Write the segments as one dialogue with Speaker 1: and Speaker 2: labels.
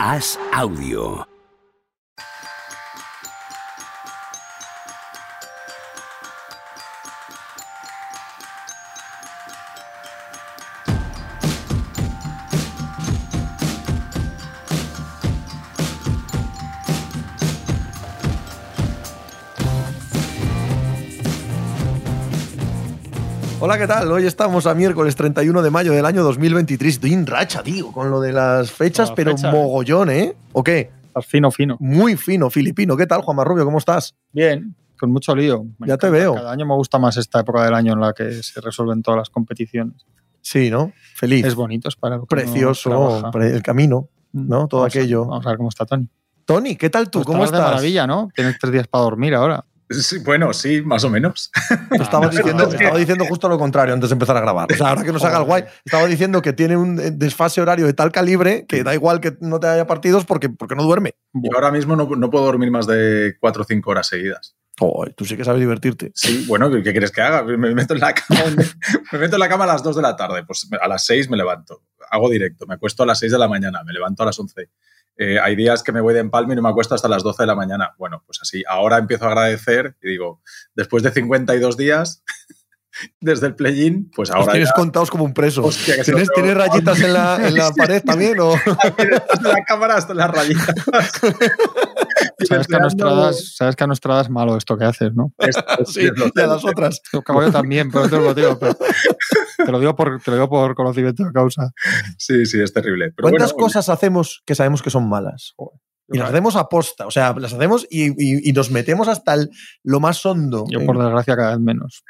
Speaker 1: Haz audio.
Speaker 2: Hola, ¿qué tal? Hoy estamos a miércoles 31 de mayo del año 2023. Estoy en racha, tío, con lo de las fechas,
Speaker 3: Con las
Speaker 2: pero
Speaker 3: fechas.
Speaker 2: mogollón, ¿eh? ¿O qué?
Speaker 3: Estás fino, fino.
Speaker 2: Muy fino, filipino. ¿Qué tal, Juanma Rubio? ¿Cómo estás?
Speaker 3: Bien, con mucho lío. Me
Speaker 2: Ya te
Speaker 3: encanta.
Speaker 2: veo.
Speaker 3: Cada año me gusta más esta época del año en la que se resuelven todas las competiciones.
Speaker 2: Sí, ¿no? Feliz.
Speaker 3: Es bonito, es para lo que uno
Speaker 2: precioso
Speaker 3: trabaja. Mm.
Speaker 2: pre- el camino, ¿no? Todo
Speaker 3: Vamos a-
Speaker 2: aquello.
Speaker 3: vamos a ver cómo está Tony.
Speaker 2: Tony, ¿qué tal tú?
Speaker 3: Pues
Speaker 2: ¿Cómo
Speaker 3: de
Speaker 2: estás?
Speaker 3: maravilla, ¿no? Tienes tres días para dormir ahora.
Speaker 4: Sí, bueno, sí, más o menos.
Speaker 2: Estaba,
Speaker 3: Ah, no,
Speaker 2: diciendo,
Speaker 3: no, no.
Speaker 2: estaba diciendo justo lo contrario antes de empezar a grabar. O sea, ahora que nos haga el guay, estaba diciendo que tiene un eh, desfase horario de tal calibre que da igual que no te haya partidos porque, porque no duerme.
Speaker 4: Yo ahora mismo no, no puedo dormir más de cuatro o cinco horas seguidas.
Speaker 2: Joder, tú sí que sabes divertirte.
Speaker 4: Sí, bueno, ¿qué quieres que haga? Me meto en la cama, me meto en la cama a las 2 de la tarde, pues a las 6 me levanto, hago directo, me acuesto a las 6 de la mañana, me levanto a las 11. Eh, hay días que me voy de empalme y no me acuesto hasta las 12 de la mañana. Bueno, pues así, ahora empiezo a agradecer y digo, después de 52 días desde el play-in, pues
Speaker 2: Los
Speaker 4: ahora
Speaker 2: tienes
Speaker 4: ya-
Speaker 2: contados como un preso.
Speaker 4: Hostia, que se
Speaker 2: ¿Tienes,
Speaker 4: lo
Speaker 2: tienes
Speaker 4: tengo.
Speaker 2: rayitas en la, en la
Speaker 4: Sí.
Speaker 2: pared también? o?
Speaker 4: desde la cámara hasta las rayitas. Y
Speaker 3: Sabes que, a nuestra
Speaker 4: empleando-
Speaker 3: edad, sabes que a nuestra edad es malo esto que haces, ¿no?
Speaker 4: Esto es-
Speaker 2: Sí,
Speaker 4: lo
Speaker 2: y a
Speaker 4: tengo.
Speaker 2: las otras.
Speaker 3: Yo, cabrón, yo también, pero no te lo digo. pero- te, lo digo por, te lo digo por conocimiento de causa.
Speaker 4: Sí, sí, es terrible. Pero
Speaker 2: ¿Cuántas
Speaker 4: bueno,
Speaker 2: cosas hacemos que sabemos que son malas? Y las hacemos a posta, o sea, las hacemos y, y- y nos metemos hasta el- lo más hondo.
Speaker 3: Yo, por desgracia, cada vez menos.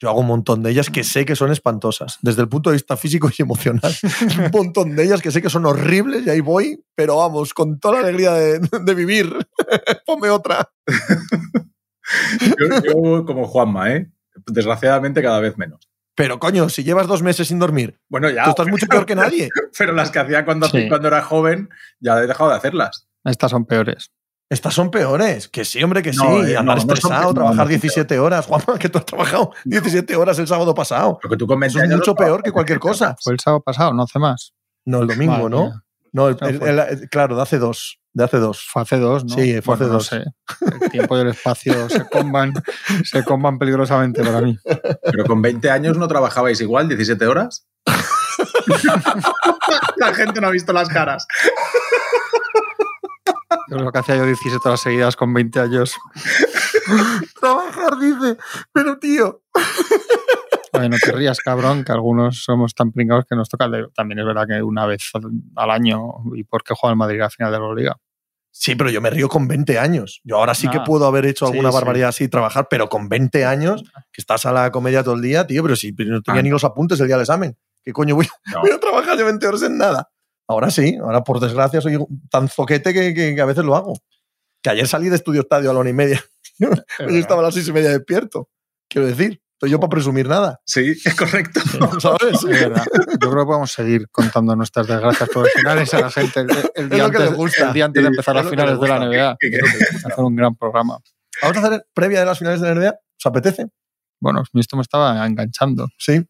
Speaker 2: Yo hago un montón de ellas que sé que son espantosas, desde el punto de vista físico y emocional. un montón de ellas que sé que son horribles y ahí voy, pero vamos, con toda la alegría de, de vivir. Ponme otra.
Speaker 4: Yo, yo como Juanma, ¿eh? Desgraciadamente cada vez menos.
Speaker 2: Pero coño, si llevas dos meses sin dormir,
Speaker 4: Bueno, ya,
Speaker 2: tú estás mucho peor que nadie.
Speaker 4: pero las que hacía cuando,
Speaker 3: Sí.
Speaker 4: cuando era joven, ya he dejado de hacerlas.
Speaker 3: Estas son peores.
Speaker 2: Estas son peores. Que sí, hombre, que sí.
Speaker 4: No, eh,
Speaker 2: Andar
Speaker 4: no, no son
Speaker 2: estresado,
Speaker 4: peores, no,
Speaker 2: trabajar
Speaker 4: no son
Speaker 2: 17 horas. Juanma, que tú has trabajado 17 horas el sábado pasado.
Speaker 4: Lo que tú comentas
Speaker 2: Eso es
Speaker 4: ya
Speaker 2: mucho
Speaker 4: no-
Speaker 2: peor que cualquier cosa.
Speaker 3: Fue el sábado pasado, no hace más.
Speaker 2: No, el domingo,
Speaker 3: Madre
Speaker 2: ¿no?
Speaker 3: mía.
Speaker 2: No, el-
Speaker 3: No,
Speaker 2: el-
Speaker 3: fue-
Speaker 2: el- el- claro, de hace dos. De hace dos.
Speaker 3: Fue hace dos, ¿no?
Speaker 2: Sí, fue hace
Speaker 3: Bueno, no
Speaker 2: dos.
Speaker 3: sé. El tiempo y el espacio se comban, se comban peligrosamente para mí.
Speaker 4: Pero con 20 años no trabajabais igual, 17 horas. La gente no ha visto las caras.
Speaker 3: Yo lo que hacía yo 17 horas seguidas con 20 años.
Speaker 2: Trabajar, dice. Pero tío.
Speaker 3: Ay, no te rías, cabrón, que algunos somos tan pringados que nos toca. el dedo. También es verdad que una vez al año, ¿y por qué juega el Madrid al final de la Liga?
Speaker 2: Sí, pero yo me río con 20 años. Yo ahora sí que
Speaker 3: Ah,
Speaker 2: puedo haber hecho
Speaker 3: sí,
Speaker 2: alguna
Speaker 3: sí.
Speaker 2: barbaridad así, trabajar, pero con 20 años, que estás a la comedia todo el día, tío, pero si pero no tenía
Speaker 4: Ah.
Speaker 2: ni los apuntes el día del examen. ¿Qué coño voy, a-
Speaker 4: No.
Speaker 2: voy a trabajar de 20 horas en nada? Ahora sí, ahora por desgracia soy tan zoquete que, que- que a veces lo hago. Que ayer salí de estudio estadio a la una y media. Yo estaba a las seis y media despierto. Quiero decir, estoy yo para presumir nada,
Speaker 4: Sí, es correcto.
Speaker 2: ¿sabes?
Speaker 3: Es verdad. Yo creo que podemos seguir contando nuestras desgracias profesionales a la gente el, el
Speaker 2: Es
Speaker 3: día,
Speaker 2: lo que
Speaker 3: antes,
Speaker 2: le gusta.
Speaker 3: el día antes de
Speaker 4: Sí,
Speaker 3: empezar
Speaker 4: es
Speaker 3: las
Speaker 4: lo que
Speaker 3: finales
Speaker 4: le
Speaker 3: de la
Speaker 4: gusta.
Speaker 3: NBA.
Speaker 4: Que- que-
Speaker 3: Hacer un gran programa.
Speaker 2: Vamos a hacer previa de las finales de la NBA. ¿Os apetece?
Speaker 3: Bueno, esto me estaba enganchando.
Speaker 2: Sí.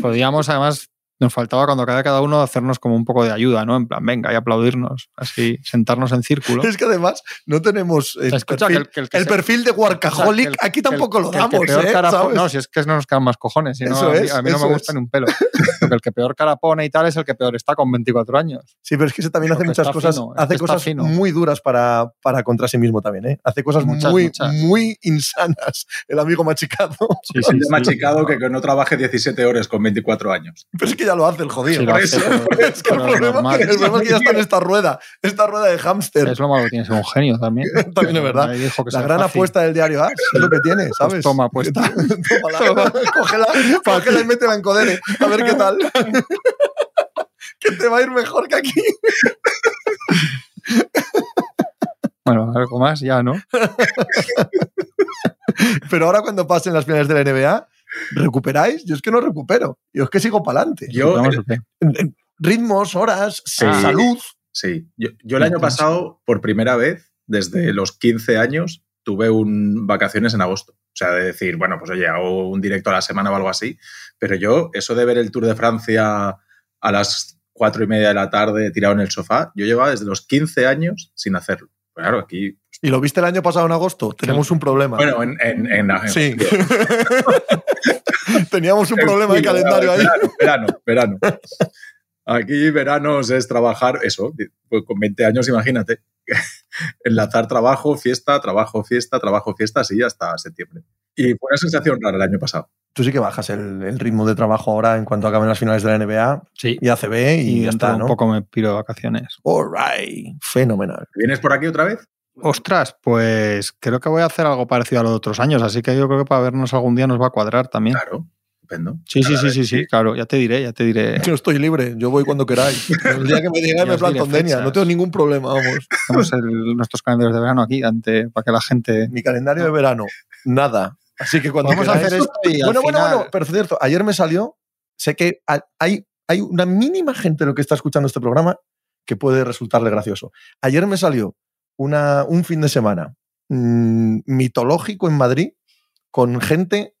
Speaker 3: Podíamos, además, nos faltaba cuando caía cada uno hacernos como un poco de ayuda, ¿no? En plan, venga, y aplaudirnos, así, sentarnos en círculo.
Speaker 2: Es que además no tenemos eh,
Speaker 3: O sea, escucha,
Speaker 2: perfil-
Speaker 3: que que que
Speaker 2: el
Speaker 3: se-
Speaker 2: perfil de Warcaholic,
Speaker 3: o sea, que el-
Speaker 2: aquí
Speaker 3: que el-
Speaker 2: tampoco lo
Speaker 3: que el que
Speaker 2: damos,
Speaker 3: peor
Speaker 2: ¿eh?
Speaker 3: cara po-
Speaker 2: ¿Sabes?
Speaker 3: No, si es que no nos quedan más cojones. si no,
Speaker 2: Eso
Speaker 3: a mí-
Speaker 2: es,
Speaker 3: a mí no
Speaker 2: eso
Speaker 3: me gusta
Speaker 2: es.
Speaker 3: ni un pelo. Porque el que peor cara pone y tal es el que peor está con 24 años.
Speaker 2: Sí, pero es que ese también hace
Speaker 3: Porque
Speaker 2: muchas
Speaker 3: está
Speaker 2: cosas,
Speaker 3: fino, es que
Speaker 2: hace
Speaker 3: está
Speaker 2: cosas
Speaker 3: fino.
Speaker 2: muy duras para, para contra sí mismo también, ¿eh? Hace cosas
Speaker 3: Muchas,
Speaker 2: muy,
Speaker 3: muchas.
Speaker 2: muy insanas. El amigo machicado,
Speaker 3: Sí,
Speaker 4: que- Me ha machicado que no trabaje 17 horas con 24 años.
Speaker 2: pero es que ya lo hace el jodido.
Speaker 3: Sí, lo
Speaker 4: por
Speaker 3: hace,
Speaker 4: eso-
Speaker 3: pero-
Speaker 2: es que el
Speaker 3: pero
Speaker 2: problema,
Speaker 3: normal.
Speaker 2: el problema es que ya está en esta rueda, esta rueda de hámster.
Speaker 3: Es lo malo que tiene ser un genio también.
Speaker 2: También es verdad.
Speaker 3: Nadie dijo que
Speaker 2: La
Speaker 3: sea
Speaker 2: gran
Speaker 3: fácil.
Speaker 2: apuesta del diario A, es lo que tiene,
Speaker 3: Pues
Speaker 2: ¿sabes?
Speaker 3: toma apuesta.
Speaker 2: Tómala, cógela, cógela y métela en Codere, a ver qué tal. que te va a ir mejor que aquí.
Speaker 3: Bueno, algo más ya, ¿no?
Speaker 2: Pero ahora cuando pasen las finales de la NBA, ¿recuperáis? Yo es que no recupero. Yo eh, es que sigo para adelante.
Speaker 4: Yo,
Speaker 3: Vamos, ¿o qué?
Speaker 2: Ritmos, horas,
Speaker 4: Sí.
Speaker 2: salud.
Speaker 4: Sí, yo, yo el año
Speaker 3: Entonces-
Speaker 4: pasado, por primera vez, desde los 15 años, tuve un vacaciones en agosto. O sea, de decir, bueno, pues oye, hago un directo a la semana o algo así. Pero yo, eso de ver el Tour de Francia a las cuatro y media de la tarde tirado en el sofá. Yo llevaba desde los 15 años sin hacerlo. Claro, aquí.
Speaker 2: ¿Y lo viste el año pasado en agosto? Tenemos un problema.
Speaker 4: Bueno, en. en, en- en-
Speaker 2: sí. Teníamos un
Speaker 4: en
Speaker 2: problema de
Speaker 4: julio,
Speaker 2: calendario ahí.
Speaker 4: Verano, verano, verano. Aquí veranos es trabajar, eso, pues con 20 años, imagínate. Enlazar trabajo, fiesta, trabajo, fiesta, trabajo, fiesta, así hasta septiembre. Y fue una sensación rara el año pasado.
Speaker 2: Tú sí que bajas el, el ritmo de trabajo ahora en cuanto acaben las finales de la NBA
Speaker 3: Sí.
Speaker 2: y ACB y,
Speaker 3: Y,
Speaker 2: ya
Speaker 3: dentro
Speaker 2: está,
Speaker 3: de
Speaker 2: ¿no?
Speaker 3: un poco me piro de vacaciones.
Speaker 2: All right. Fenomenal.
Speaker 4: ¿Vienes por aquí otra vez?
Speaker 3: Ostras, pues creo que voy a hacer algo parecido a lo de otros años, así que yo creo que para vernos algún día nos va a cuadrar también.
Speaker 4: Claro, estupendo.
Speaker 3: Sí, sí, sí,
Speaker 4: vez,
Speaker 3: sí, sí, claro, ya te diré, ya te diré.
Speaker 2: Yo estoy libre, yo voy cuando queráis. El día que me digáis
Speaker 3: Ya
Speaker 2: me
Speaker 3: os diré
Speaker 2: planto en Denia,
Speaker 3: fechas.
Speaker 2: no tengo ningún problema, vamos.
Speaker 3: Tenemos el- nuestros calendarios de verano aquí ante, para que la gente...
Speaker 2: Mi calendario de verano, nada. Así que cuando
Speaker 3: Vamos a
Speaker 2: queráis-
Speaker 3: hacer esto y al
Speaker 2: Bueno, bueno,
Speaker 3: final-
Speaker 2: bueno, pero cierto, ayer me salió, sé que a- hay, hay una mínima gente de lo que está escuchando este programa que puede resultarle gracioso. Ayer me salió una, un fin de semana mm, mitológico en Madrid con gente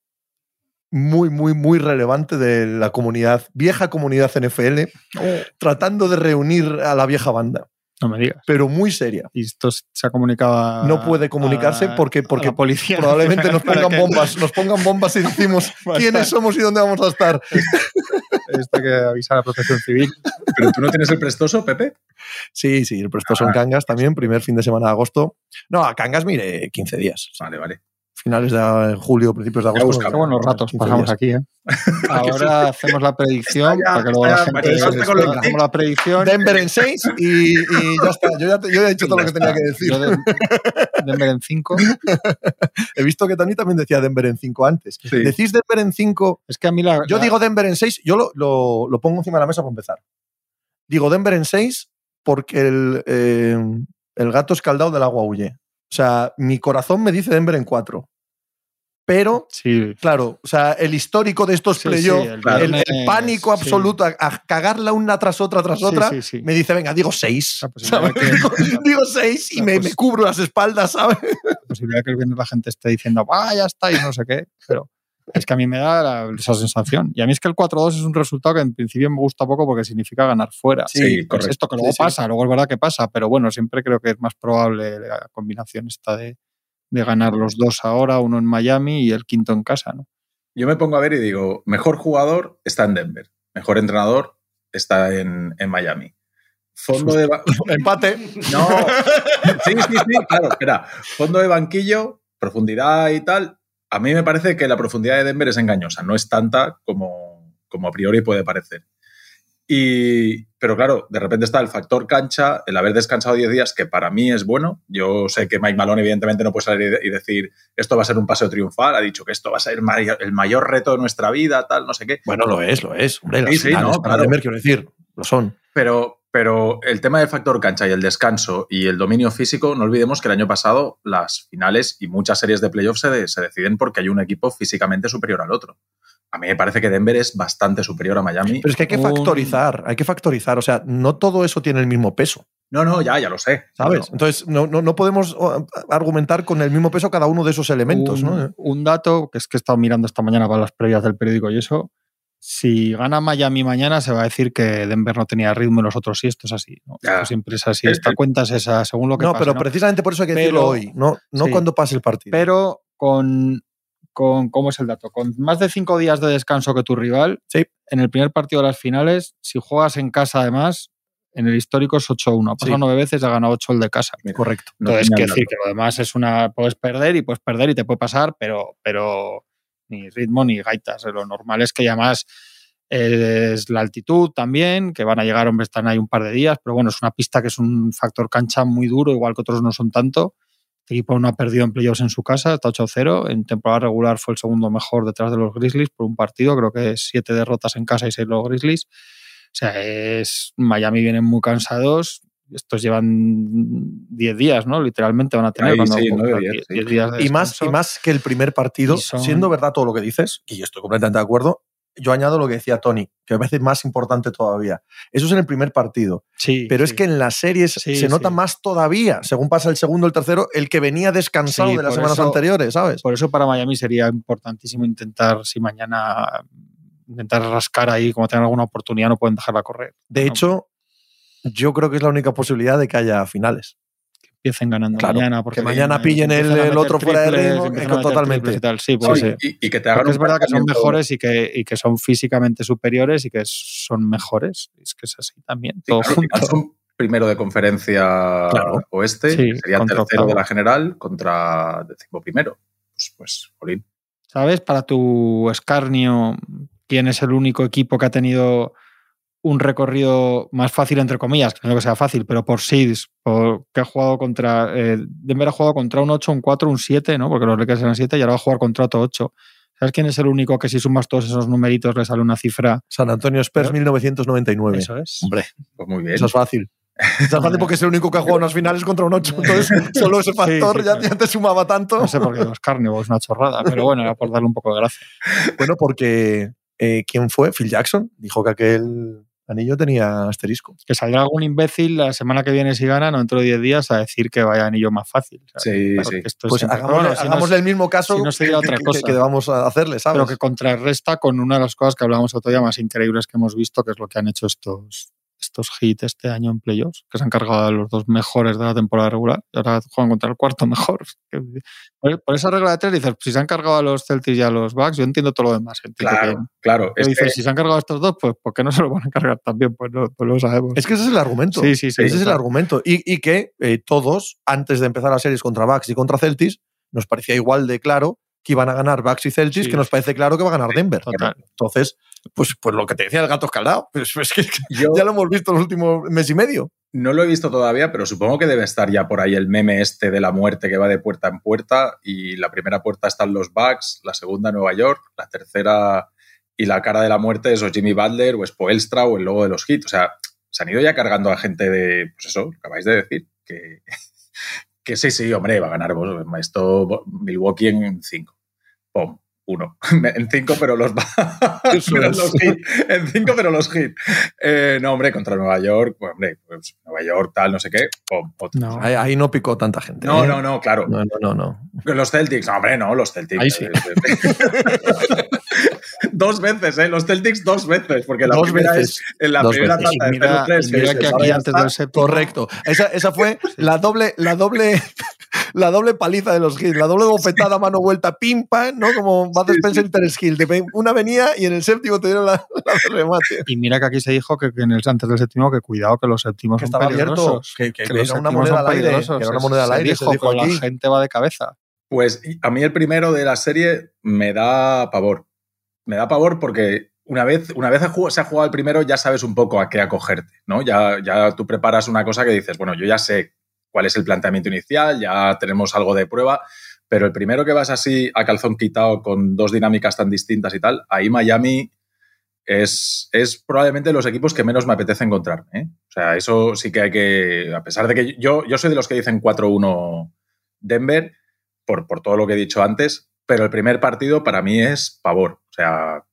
Speaker 2: muy, muy, muy relevante de la comunidad, vieja comunidad NFL,
Speaker 3: Oh.
Speaker 2: tratando de reunir a la vieja banda,
Speaker 3: No me digas.
Speaker 2: pero muy seria.
Speaker 3: Y esto se ha comunicado a-
Speaker 2: No puede comunicarse
Speaker 3: a-
Speaker 2: porque-
Speaker 3: a
Speaker 2: porque
Speaker 3: la policía.
Speaker 2: Probablemente nos
Speaker 3: Ah, Para
Speaker 2: pongan
Speaker 3: que-
Speaker 2: bombas, nos pongan bombas y decimos
Speaker 3: Basta.
Speaker 2: quiénes somos y dónde vamos a estar.
Speaker 3: Esto hay que avisar a Protección Civil.
Speaker 4: ¿Pero tú no tienes el prestoso, Pepe?
Speaker 2: Sí, sí, pero estos son Cangas también, primer fin de semana de agosto. No, a Cangas mire 15 días,
Speaker 4: Vale, vale.
Speaker 2: finales de julio, principios de agosto.
Speaker 4: buscamos.
Speaker 3: Qué buenos ratos
Speaker 2: 15
Speaker 3: pasamos
Speaker 2: días.
Speaker 3: aquí, ¿eh? Ahora hacemos la predicción
Speaker 4: Está ya,
Speaker 3: para que luego
Speaker 4: está
Speaker 3: la
Speaker 4: ya,
Speaker 3: gente...
Speaker 4: Mario, está con los
Speaker 3: Hacemos la predicción.
Speaker 2: Denver en 6 y, y ya está. Yo ya, te- yo ya he dicho todo lo que tenía que decir.
Speaker 3: Yo de- Denver en 5.
Speaker 2: He visto que Tani también decía Denver en 5 antes.
Speaker 4: Sí.
Speaker 2: Decís Denver en 5.
Speaker 3: Es que a mí la...
Speaker 2: Yo
Speaker 3: la-
Speaker 2: digo Denver en 6, yo lo, lo- lo pongo encima de la mesa para empezar. Digo Denver en 6 porque el, eh, el gato escaldado del agua huye. O sea, mi corazón me dice Denver en 4. Pero
Speaker 3: Sí.
Speaker 2: Claro, o sea, el histórico de estos
Speaker 3: Sí,
Speaker 2: playoffs,
Speaker 3: sí, el
Speaker 2: el,
Speaker 3: viernes,
Speaker 2: el pánico
Speaker 3: sí.
Speaker 2: absoluto a, a cagarla una tras otra tras
Speaker 3: Sí,
Speaker 2: otra,
Speaker 3: sí, Ah, pues sí.
Speaker 2: me dice, venga, digo seis.
Speaker 3: La posibilidad
Speaker 2: ¿sabes?
Speaker 3: de que-
Speaker 2: digo, digo seis y
Speaker 3: La
Speaker 2: me,
Speaker 3: posi-
Speaker 2: me cubro las espaldas, ¿sabes?
Speaker 3: la posibilidad que el viernes la gente esté diciendo, ah, ya está, y no sé qué, pero es que a mí me da la- esa sensación. Y a mí es que el 4-2 es un resultado que en principio me gusta poco porque significa ganar fuera.
Speaker 4: Sí,
Speaker 3: Pues
Speaker 4: correcto.
Speaker 3: Esto que luego
Speaker 2: Sí, sí.
Speaker 3: pasa, luego es verdad que pasa, pero bueno, siempre creo que es más probable la combinación esta de, de ganar los dos ahora, uno en Miami y el quinto en casa, ¿no?
Speaker 4: Yo me pongo a ver y digo, mejor jugador está en Denver, mejor entrenador está en, en Miami. Fondo de, ba-
Speaker 2: Empate.
Speaker 4: No. Sí, sí, sí, claro, espera. Fondo de banquillo, profundidad y tal. A mí me parece que la profundidad de Denver es engañosa, no es tanta como, como a priori puede parecer. Y, pero claro, de repente está el factor cancha, el haber descansado 10 días, que para mí es bueno. Yo sé que Mike Malone, evidentemente, no puede salir y decir esto va a ser un paseo triunfal. Ha dicho que esto va a ser ma- el mayor reto de nuestra vida, tal, no sé qué.
Speaker 2: Bueno, lo es, lo es. Hombre, las
Speaker 4: Sí, sí,
Speaker 2: finales
Speaker 4: no,
Speaker 2: para
Speaker 4: claro.
Speaker 2: Denver, quiero decir, lo son.
Speaker 4: Pero, pero el tema del factor cancha y el descanso y el dominio físico, no olvidemos que el año pasado las finales y muchas series de playoffs se, de- se deciden porque hay un equipo físicamente superior al otro. A mí me parece que Denver es bastante superior a Miami.
Speaker 2: Pero es que hay que
Speaker 3: Un-
Speaker 2: factorizar, hay que factorizar. O sea, no todo eso tiene el mismo peso,
Speaker 4: No, no, ya, ya lo sé.
Speaker 2: ¿sabes?
Speaker 4: No,
Speaker 2: Entonces, no, no, no podemos o, argumentar con el mismo peso cada uno de esos elementos,
Speaker 3: un,
Speaker 2: ¿no?
Speaker 3: un dato que es que he estado mirando esta mañana para las previas del periódico y eso. Si gana Miami mañana, se va a decir que Denver no tenía ritmo y los otros sí. Esto es así. ¿no?
Speaker 4: Ya.
Speaker 3: Esto siempre es así.
Speaker 4: Eh,
Speaker 3: Esta
Speaker 4: eh.
Speaker 3: cuenta es esa, según lo que
Speaker 2: No,
Speaker 3: pase,
Speaker 2: pero
Speaker 3: ¿no?
Speaker 2: precisamente por eso hay que
Speaker 3: Pero-
Speaker 2: decirlo hoy, no, no
Speaker 3: Sí.
Speaker 2: cuando pase el partido.
Speaker 3: Pero con, con. ¿Cómo es el dato? Con más de cinco días de descanso que tu rival,
Speaker 2: Sí.
Speaker 3: en el primer partido de las finales, si juegas en casa además, en el histórico es 8-1. Ha pasado
Speaker 2: Sí.
Speaker 3: nueve veces, ha ganado 8 el de casa.
Speaker 2: Correcto.
Speaker 4: no
Speaker 3: Entonces,
Speaker 4: tenía
Speaker 3: quiero
Speaker 4: el
Speaker 3: decir
Speaker 4: dato.
Speaker 3: que lo demás es una. Puedes perder y puedes perder y te puede pasar, pero, pero ni ritmo ni gaitas. Lo normal es que ya más eh, es la altitud también, que van a llegar, hombre, están ahí un par de días, pero bueno, es una pista que es un factor cancha muy duro, igual que otros no son tanto. Este equipo no ha perdido en playoffs en su casa, está 8-0. En temporada regular fue el segundo mejor detrás de los Grizzlies por un partido, creo que siete derrotas en casa y seis los Grizzlies. O sea, es Miami vienen muy cansados. Estos llevan 10 días, ¿no? Literalmente van a tener
Speaker 4: Ahí
Speaker 3: cuando
Speaker 4: sí, nueve
Speaker 3: juegan
Speaker 4: días, sí.
Speaker 3: 10 días de
Speaker 2: y más, y
Speaker 3: descanso.
Speaker 2: más que el primer partido,
Speaker 3: Y son-
Speaker 2: siendo verdad todo lo que dices, y yo estoy completamente de acuerdo, yo añado lo que decía Tony, que me parece más importante todavía. Eso es en el primer partido,
Speaker 3: Sí,
Speaker 2: pero
Speaker 3: sí.
Speaker 2: es que en las series
Speaker 3: Sí,
Speaker 2: se nota
Speaker 3: sí.
Speaker 2: más todavía, según pasa el segundo, el tercero, el que venía descansado
Speaker 3: Sí,
Speaker 2: de las
Speaker 3: por
Speaker 2: semanas
Speaker 3: eso-
Speaker 2: anteriores, ¿sabes?
Speaker 3: Por eso para Miami sería importantísimo intentar, si mañana intentar rascar ahí, como tengan alguna oportunidad, no pueden dejarla correr.
Speaker 2: De hecho, yo creo que es la única posibilidad de que haya finales.
Speaker 3: Empiecen ganando
Speaker 2: Claro,
Speaker 3: mañana. Porque
Speaker 2: que mañana
Speaker 3: eh,
Speaker 2: pillen el-
Speaker 3: empiezan a
Speaker 2: el
Speaker 3: meter
Speaker 2: otro fuera de
Speaker 3: triples,
Speaker 2: ritmo,
Speaker 3: empiezan
Speaker 2: es
Speaker 3: a
Speaker 2: que
Speaker 3: meter
Speaker 2: totalmente.
Speaker 3: triples y tal. Sí, pues
Speaker 4: Sí,
Speaker 3: sí.
Speaker 4: y, y que te hagan
Speaker 3: Porque es
Speaker 4: un
Speaker 3: verdad que son
Speaker 4: planteamiento-
Speaker 3: mejores y que, y que son físicamente superiores y que son mejores. Es que es así también,
Speaker 4: Sí,
Speaker 3: todo
Speaker 4: claro, al
Speaker 3: junto.
Speaker 4: final son primero de conferencia
Speaker 2: Claro.
Speaker 4: oeste,
Speaker 3: Sí,
Speaker 4: que sería
Speaker 3: contra
Speaker 4: tercero
Speaker 3: octavo.
Speaker 4: de la general contra décimo primero. Pues, pues jolín.
Speaker 3: ¿Sabes? Para tu escarnio, ¿quién es el único equipo que ha tenido un recorrido más fácil, entre comillas? Que no que sea fácil, pero por seeds, por, que ha jugado contra. eh, Denver ha jugado contra un 8, un 4, un 7, ¿no? Porque los Lakers eran 7 y ahora va a jugar contra otro 8. ¿Sabes quién es el único que si sumas todos esos numeritos le sale una cifra?
Speaker 2: San Antonio Spurs 1999.
Speaker 3: Eso es.
Speaker 2: Hombre,
Speaker 4: Pues muy bien.
Speaker 2: eso es fácil. Eso es fácil porque es el único que ha jugado unas finales contra un 8. Entonces, solo ese factor
Speaker 3: Sí, sí,
Speaker 2: ya,
Speaker 3: claro.
Speaker 2: ya te sumaba tanto.
Speaker 3: No sé por qué los carnívoros es una chorrada, pero bueno, era por darle un poco de gracia.
Speaker 2: Bueno, porque eh, ¿quién fue? Phil Jackson dijo que aquel anillo tenía asterisco.
Speaker 3: Que saldrá algún imbécil la semana que viene si gana, no dentro de 10 días, a decir que vaya anillo más fácil. ¿sabes?
Speaker 4: Sí,
Speaker 3: Claro,
Speaker 4: sí.
Speaker 3: que esto es
Speaker 2: Pues
Speaker 3: siempre-
Speaker 2: hagámosle,
Speaker 3: bueno, si no
Speaker 2: hagámosle el mismo caso
Speaker 3: si no sería
Speaker 2: que-
Speaker 3: otra
Speaker 2: que-
Speaker 3: cosa.
Speaker 2: que debamos a- hacerle, ¿sabes?
Speaker 3: pero que contrarresta con una de las cosas que hablábamos otro día más increíbles que hemos visto, que es lo que han hecho estos, estos hits este año en playoffs, que se han cargado a los dos mejores de la temporada regular y ahora juegan contra el cuarto mejor. Que- Por, por esa regla de tres dices, si se han cargado a los Celtics y a los Bucks, yo entiendo todo lo demás. entiendo que-
Speaker 4: Claro, claro.
Speaker 3: pero
Speaker 4: Es que-
Speaker 3: dices, si se han cargado a estos dos, pues ¿por qué no se lo van a cargar también? Pues no, pues lo sabemos.
Speaker 2: Es que ese es el argumento.
Speaker 3: sí, sí, sí.
Speaker 2: ese es el
Speaker 3: total.
Speaker 2: argumento. Y, y que eh, todos, antes de empezar las series contra Bucks y contra Celtics, nos parecía igual de claro que iban a ganar Bucks y Celtics
Speaker 3: Sí.
Speaker 2: que nos parece claro que va a ganar Denver.
Speaker 3: Total.
Speaker 2: Entonces, pues, pues lo que te decía el gato escaldado, pues, pues que
Speaker 4: yo
Speaker 2: ya lo hemos visto en los últimos mes y medio.
Speaker 4: no lo he visto todavía, pero supongo que debe estar ya por ahí el meme este de la muerte que va de puerta en puerta y la primera puerta están los Bucks, la segunda Nueva York, la tercera y la cara de la muerte es o Jimmy Butler o Spoelstra o el logo de los Heat. O sea, se han ido ya cargando a gente de, pues eso, lo que acabáis de decir, que, que sí, sí, hombre, va a ganar vos- esto Milwaukee en 5. Pum, uno. En 5, pero los Bucks. pero
Speaker 2: es.
Speaker 4: los Heat. En 5, pero los Heat. Eh, no, hombre, contra Nueva York, pues, hombre, pues, Nueva York, tal, no sé qué. pum, otro.
Speaker 3: No.
Speaker 2: Ahí, ahí no picó tanta gente.
Speaker 4: No,
Speaker 2: ¿eh?
Speaker 4: no, no, claro.
Speaker 2: No, no, no, no.
Speaker 4: Los Celtics, no, hombre, no, los Celtics. eh,
Speaker 3: Ahí sí.
Speaker 4: dos veces, ¿eh? Los Celtics dos veces, porque la
Speaker 2: Dos
Speaker 4: primera
Speaker 2: veces.
Speaker 4: es en la
Speaker 2: Dos
Speaker 4: primera
Speaker 2: veces.
Speaker 4: tanda de
Speaker 3: Mira-
Speaker 4: 0-3,
Speaker 3: mira
Speaker 4: se
Speaker 3: que
Speaker 4: sabe
Speaker 3: aquí
Speaker 4: ya
Speaker 3: antes
Speaker 4: está.
Speaker 3: del séptimo.
Speaker 2: Correcto. Esa, esa fue la doble, la doble, la doble paliza de los Hills, la doble bofetada, mano vuelta, pim, pam, ¿no? Como va
Speaker 4: Sí,
Speaker 2: Spencer y Terence Hill. Te pe- Una venía y en el séptimo te dieron la, la del remate.
Speaker 3: Y mira que aquí se dijo que, que en el antes del séptimo, que cuidado que los séptimos
Speaker 2: Que
Speaker 3: son
Speaker 2: estaba abierto.
Speaker 3: peligrosos.
Speaker 2: Que, que
Speaker 3: Que los
Speaker 2: era una
Speaker 3: séptimos
Speaker 2: moneda
Speaker 3: son
Speaker 2: al aire.
Speaker 3: peligrosos.
Speaker 2: Que era una
Speaker 3: Se-
Speaker 2: moneda al
Speaker 3: se
Speaker 2: aire. Se
Speaker 3: dijo,
Speaker 2: dijo
Speaker 3: pero
Speaker 2: aquí.
Speaker 3: la gente va de cabeza.
Speaker 4: Pues y- a mí el primero de la serie me da pavor. Me da pavor porque una vez, una vez ha jug- se ha jugado el primero ya sabes un poco a qué acogerte, ¿no? Ya, ya tú preparas una cosa que dices, bueno, yo ya sé cuál es el planteamiento inicial, ya tenemos algo de prueba, pero el primero que vas así a calzón quitado con dos dinámicas tan distintas y tal, ahí Miami es, es probablemente los equipos que menos me apetece encontrarme. ¿eh? O sea, eso sí que hay que, a pesar de que yo, yo soy de los que dicen 4-1 Denver, por, por todo lo que he dicho antes, pero el primer partido para mí es pavor. O sea,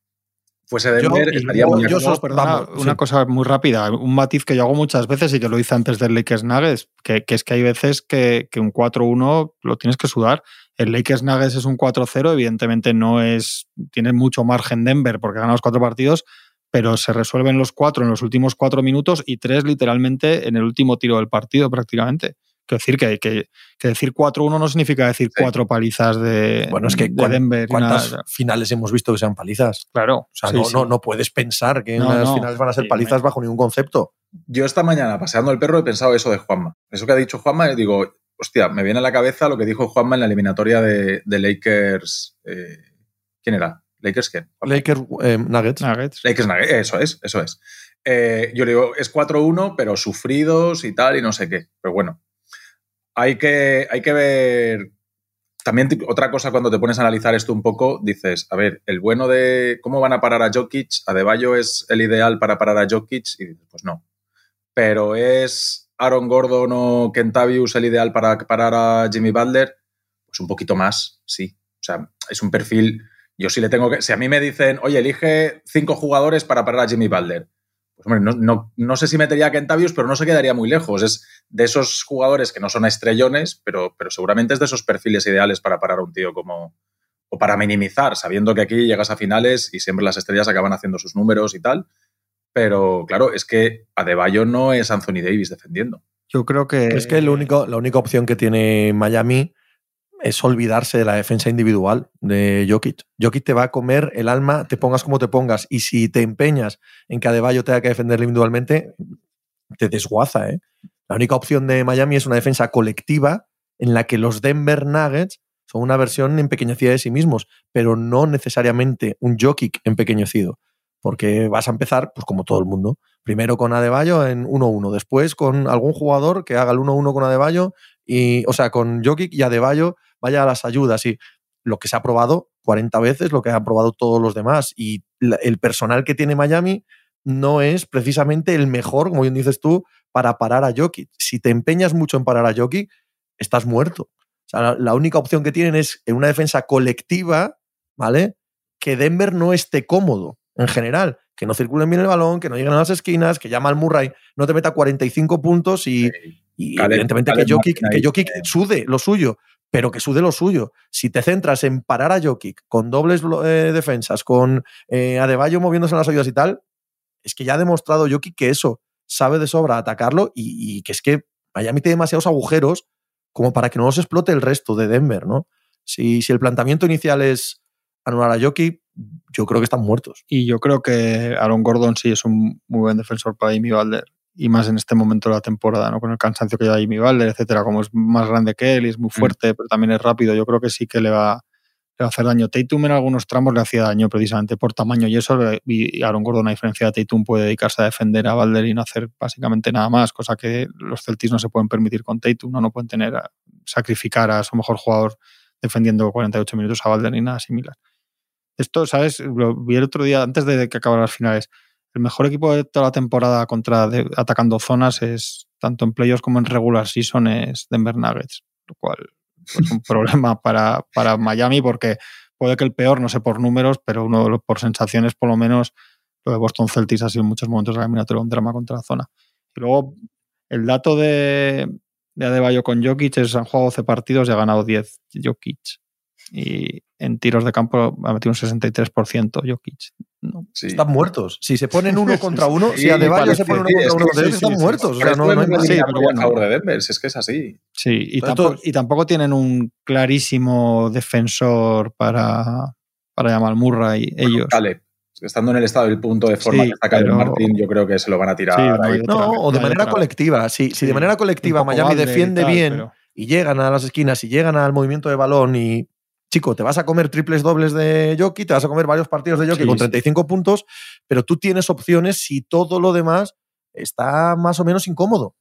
Speaker 4: fuese Denver,
Speaker 2: y
Speaker 4: estaría
Speaker 2: luego
Speaker 4: muy
Speaker 2: yo
Speaker 4: arriba.
Speaker 2: sos-
Speaker 3: perdona,
Speaker 2: vamos,
Speaker 3: una
Speaker 2: sí.
Speaker 3: cosa muy rápida, un matiz que yo hago muchas veces y que lo hice antes del Lakers Nuggets, que, que es que hay veces que, que un 4-1 lo tienes que sudar. El Lakers Nuggets es un 4-0, evidentemente no es, tiene mucho margen Denver porque gana los cuatro partidos, pero se resuelven los cuatro en los últimos cuatro minutos y tres literalmente en el último tiro del partido prácticamente. Quiero decir que, que, que decir 4-1 no significa decir
Speaker 4: Sí.
Speaker 3: cuatro palizas de,
Speaker 2: Bueno, es que
Speaker 3: de
Speaker 2: cuán-
Speaker 3: Denver. y nada.
Speaker 2: ¿Cuántas finales hemos visto que sean palizas?
Speaker 3: claro.
Speaker 2: O sea,
Speaker 3: Sí,
Speaker 2: no,
Speaker 3: sí.
Speaker 2: No, no puedes pensar que
Speaker 3: No,
Speaker 2: unas
Speaker 3: no.
Speaker 2: finales van a ser
Speaker 3: Sí,
Speaker 2: palizas bajo ningún concepto.
Speaker 4: Yo esta mañana, paseando el perro, he pensado eso de Juanma. Eso que ha dicho Juanma, eh, digo, hostia, me viene a la cabeza lo que dijo Juanma en la eliminatoria de, de Lakers. eh, ¿Quién era? ¿Lakers quién?
Speaker 2: Lakers eh, Nuggets.
Speaker 3: Nuggets.
Speaker 4: Lakers Nuggets, eso es, eso es. Eh, yo le digo, es 4-1, pero sufridos y tal, y no sé qué. Pero bueno, hay que, hay que ver. También ti- otra cosa cuando te pones a analizar esto un poco, dices, a ver, el bueno de cómo van a parar a Jokic, Adebayo es el ideal para parar a Jokic, y dices, pues no. Pero es Aaron Gordon o Kentavius el ideal para parar a Jimmy Butler, pues un poquito más, sí. O sea, es un perfil yo sí le tengo que. Si a mí me dicen, oye, elige cinco jugadores para parar a Jimmy Butler. Pues hombre, no, no- no sé si metería a Kentavius, pero no se quedaría muy lejos. Es de esos jugadores que no son estrellones, pero, pero seguramente es de esos perfiles ideales para parar a un tío como, o para minimizar, sabiendo que aquí llegas a finales y siempre las estrellas acaban haciendo sus números y tal. Pero claro, es que Adebayo no es Anthony Davis defendiendo.
Speaker 3: Yo creo que.
Speaker 2: Es que lo único, la única opción que tiene Miami es olvidarse de la defensa individual de Jokic. Jokic te va a comer el alma, te pongas como te pongas. Y si te empeñas en que Adebayo tenga que defenderle individualmente, te desguaza. ¿eh? La única opción de Miami es una defensa colectiva en la que los Denver Nuggets son una versión empequeñecida de sí mismos, pero no necesariamente un Jokic empequeñecido. Porque vas a empezar, pues como todo el mundo, primero con Adebayo en 1-1, después con algún jugador que haga el 1-1 con Adebayo, y, o sea, con Jokic y Adebayo vaya a las ayudas. Y lo que se ha probado 40 veces, lo que han probado todos los demás. Y la- el personal que tiene Miami no es precisamente el mejor, como bien dices tú, para parar a Jokic. Si te empeñas mucho en parar a Jokic, estás muerto. O sea, la, la única opción que tienen es en una defensa colectiva, ¿vale? Que Denver no esté cómodo en general. Que no circulen bien el balón, que no lleguen a las esquinas, que Jamal Murray no te meta 45 puntos y, y
Speaker 4: Caleb-
Speaker 2: evidentemente
Speaker 4: Caleb
Speaker 2: que Jokic,
Speaker 4: Martin ahí,
Speaker 2: que Jokic sude lo suyo, pero que sude lo suyo. Si te centras en parar a Jokic con dobles blo- eh, defensas, con eh, Adebayo moviéndose en las ayudas y tal, es que ya ha demostrado Jokic que eso sabe de sobra atacarlo y, y que es que Miami tiene demasiados agujeros como para que no los explote el resto de Denver, ¿no? Si, si el planteamiento inicial es anular a Jokic, yo creo que están muertos.
Speaker 3: Y yo creo que Aaron Gordon sí es un muy buen defensor para Jimmy Butler. Y más en este momento de la temporada, ¿no? Con el cansancio que lleva Jimmy Butler, etcétera. Como es más grande que él y es muy fuerte, pero también es rápido. Yo creo que sí que le va, le va a hacer daño. Tatum en algunos tramos le hacía daño precisamente por tamaño y eso. le- Y Aaron Gordon, a diferencia de Tatum, puede dedicarse a defender a Butler y no hacer básicamente nada más, cosa que los Celtics no se pueden permitir con Tatum, no, no pueden tener a- sacrificar a su mejor jugador defendiendo 48 minutos a Butler ni nada similar. Esto, ¿sabes? Lo vi el otro día, antes de que acabaran las finales. El mejor equipo de toda la temporada contra de- atacando zonas es, tanto en playoffs como en regular season, es Denver Nuggets, lo cual pues, es un problema para, para Miami porque puede que el peor, no sé por números, pero uno de los- por sensaciones, por lo menos, lo de Boston Celtics ha sido en muchos momentos de la eliminatoria un drama contra la zona. Y luego, el dato de, de Adebayo con Jokic es han jugado 12 partidos y ha ganado 10 Jokic. Y en tiros de campo ha metido un 63% Jokic. No.
Speaker 4: Sí.
Speaker 2: Están muertos. Si se ponen uno contra uno,
Speaker 4: Sí,
Speaker 2: si Adebayo
Speaker 4: parece,
Speaker 2: se pone uno
Speaker 4: sí,
Speaker 2: contra
Speaker 4: es
Speaker 2: uno
Speaker 4: que
Speaker 2: contra
Speaker 4: sí,
Speaker 2: ellos,
Speaker 4: sí,
Speaker 2: están
Speaker 4: sí.
Speaker 2: muertos. O sea,
Speaker 4: Pero
Speaker 2: no,
Speaker 4: esto
Speaker 2: no hay
Speaker 4: es
Speaker 2: más.
Speaker 4: una
Speaker 3: sí, pero
Speaker 4: eliminatoria
Speaker 3: bueno.
Speaker 4: a favor de Denver, si es que es así.
Speaker 3: Sí, y,
Speaker 2: Entonces,
Speaker 3: tampoco,
Speaker 2: tú-
Speaker 3: y tampoco tienen un clarísimo defensor para, para llamar Murray ellos.
Speaker 4: Caleb, estando en el estado del punto de forma
Speaker 3: Sí,
Speaker 4: que está Caleb
Speaker 3: pero-
Speaker 4: Martín, yo creo que se lo van a tirar.
Speaker 3: Sí, no
Speaker 4: ahí.
Speaker 3: hay
Speaker 4: Pero
Speaker 3: otra.
Speaker 2: No, o de
Speaker 3: Vale,
Speaker 2: manera
Speaker 3: claro.
Speaker 2: colectiva. Si, si
Speaker 3: Sí,
Speaker 2: de manera colectiva
Speaker 3: Un poco
Speaker 2: Miami
Speaker 3: Butler y
Speaker 2: defiende
Speaker 3: tal,
Speaker 2: bien
Speaker 3: pero-
Speaker 2: y llegan a las esquinas y llegan al movimiento de balón y, chico, te vas a comer triples dobles de Jokic, te vas a comer varios partidos de Jokic
Speaker 3: Sí,
Speaker 2: con
Speaker 3: sí.
Speaker 2: 35 puntos, pero tú tienes opciones si todo lo demás está más o menos incómodo.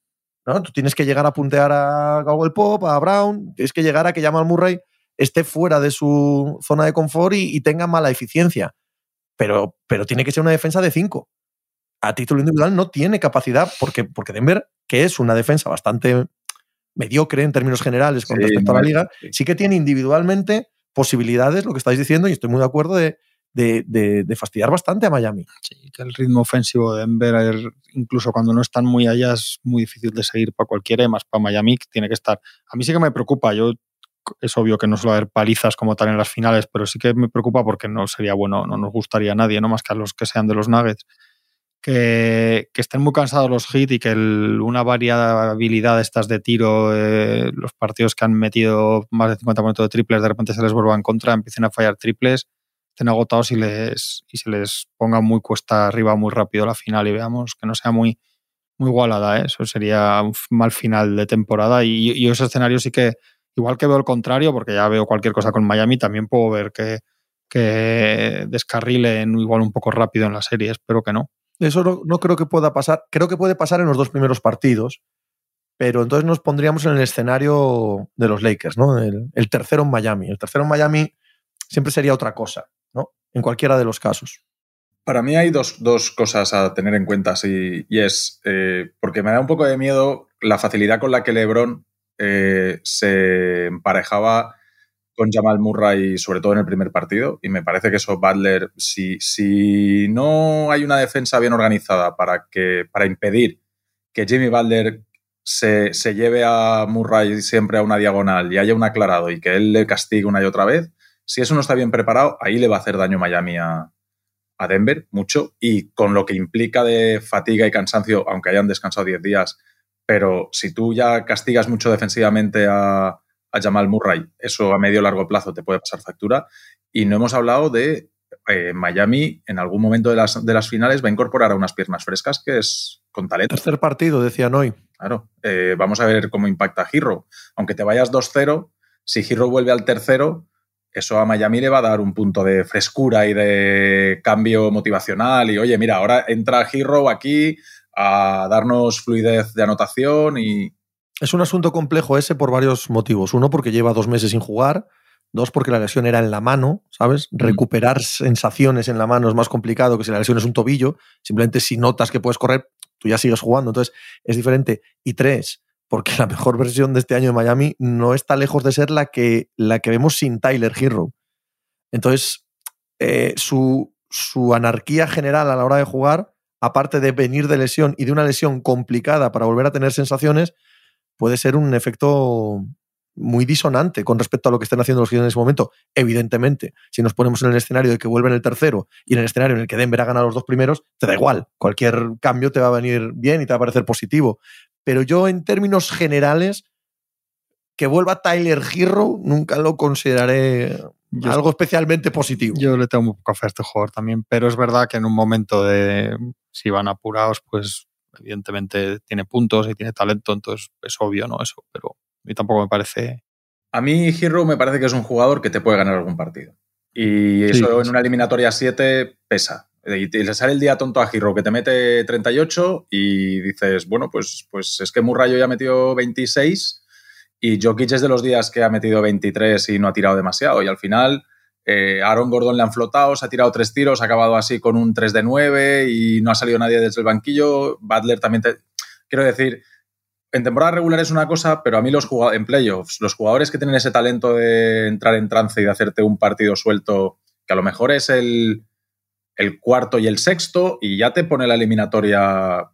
Speaker 2: ¿no? Tú tienes que llegar a puntear a Cowell Pop, a Brown, tienes que llegar a que Jamal Murray esté fuera de su zona de confort y, y tenga mala eficiencia. Pero, pero tiene que ser una defensa de 5. A título individual no tiene capacidad, porque, porque Denver, que es una defensa bastante mediocre en términos generales con
Speaker 4: Sí,
Speaker 2: respecto a
Speaker 4: no,
Speaker 2: la liga,
Speaker 4: sí.
Speaker 2: sí que tiene individualmente posibilidades, lo que estáis diciendo, y estoy muy de acuerdo de, de- de- de fastidiar bastante a Miami.
Speaker 3: Sí, que el ritmo ofensivo de Denver, el- incluso cuando no están muy allá, es muy difícil de seguir para cualquiera y más para Miami, que tiene que estar. A mí sí que me preocupa. Yo es obvio que no suele haber palizas como tal en las finales, pero sí que me preocupa porque no sería bueno, no nos gustaría a nadie, no más que a los que sean de los Nuggets. Que, que estén muy cansados los hits y que el- una variabilidad de estas de tiro, eh, los partidos que han metido más de 50% de triples, de repente se les vuelva en contra, empiecen a fallar triples estén agotados y, les, y se les ponga muy cuesta arriba muy rápido la final y veamos que no sea muy, muy igualada. ¿eh? Eso sería un f- mal final de temporada y, y ese escenario sí que, igual que veo el contrario, porque ya veo cualquier cosa con Miami, también puedo ver que, que descarrilen igual un poco rápido en la serie, espero que no.
Speaker 2: Eso no, no creo que pueda pasar. Creo que puede pasar en los dos primeros partidos, pero entonces nos pondríamos en el escenario de los Lakers, ¿no? El, el tercero en Miami. El tercero en Miami siempre sería otra cosa, ¿no? En cualquiera de los casos.
Speaker 4: Para mí hay dos, dos cosas a tener en cuenta, sí, y es, eh, porque me da un poco de miedo la facilidad con la que Lebron eh, se emparejaba con Jamal Murray, sobre todo en el primer partido, y me parece que eso Butler, si, si no hay una defensa bien organizada para, que, para impedir que Jimmy Butler se, se lleve a Murray siempre a una diagonal y haya un aclarado y que él le castigue una y otra vez, Si eso no está bien preparado, ahí le va a hacer daño Miami a, a Denver mucho y con lo que implica de fatiga y cansancio, aunque hayan descansado 10 días, pero si tú ya castigas mucho defensivamente a, a Jamal Murray, eso a medio largo plazo te puede pasar factura. Y no hemos hablado de eh, Miami en algún momento de las, de las finales va a incorporar a unas piernas frescas que es con talento.
Speaker 2: Tercer partido, decían hoy.
Speaker 4: Claro, eh, vamos a ver cómo impacta Giro. Aunque te vayas 2-0, si Giro vuelve al tercero, eso a Miami le va a dar un punto de frescura y de cambio motivacional. Y oye, mira, ahora entra Giro aquí a darnos fluidez de anotación y.
Speaker 2: Es un asunto complejo ese por varios motivos. Uno, porque lleva dos meses sin jugar. Dos, porque la lesión era en la mano, ¿sabes? Recuperar sensaciones en la mano es más complicado que si la lesión es un tobillo. Simplemente si notas que puedes correr, tú ya sigues jugando. Entonces, es diferente. Y tres, porque la mejor versión de este año de Miami no está lejos de ser la que, la que vemos sin Tyler Hero. Entonces, eh, su, su anarquía general a la hora de jugar, aparte de venir de lesión y de una lesión complicada para volver a tener sensaciones, puede ser un efecto muy disonante con respecto a lo que están haciendo los Heat en ese momento. Evidentemente, si nos ponemos en el escenario de que vuelven el tercero y en el escenario en el que Denver ha ganado los dos primeros, te da igual. Cualquier cambio te va a venir bien y te va a parecer positivo. Pero yo, en términos generales, que vuelva Tyler Hero nunca lo consideraré
Speaker 3: Yo-
Speaker 2: algo especialmente positivo.
Speaker 3: Yo le tengo muy poca fe a este jugador también, pero es verdad que en un momento de si van apurados, pues evidentemente tiene puntos y tiene talento, entonces es obvio, ¿no? Eso, pero a mí tampoco me parece.
Speaker 4: A mí Hero me parece que es un jugador que te puede ganar algún partido. Y
Speaker 3: Sí,
Speaker 4: eso en
Speaker 3: sí.
Speaker 4: una eliminatoria 7 pesa. Y te- le sale el día tonto a Hero que te mete 38 y dices, bueno, pues, pues es que Murrayo ya metió 26 y Jokic es de los días que ha metido 23 y no ha tirado demasiado. Y al final eh, Aaron Gordon le han flotado, se ha tirado tres tiros, ha acabado así con un 3 de 9 y no ha salido nadie desde el banquillo. Butler también te... Quiero decir, en temporada regular es una cosa, pero a mí los jugado- en playoffs, los jugadores que tienen ese talento de entrar en trance y de hacerte un partido suelto, que a lo mejor es el, el cuarto y el sexto, y ya te pone la eliminatoria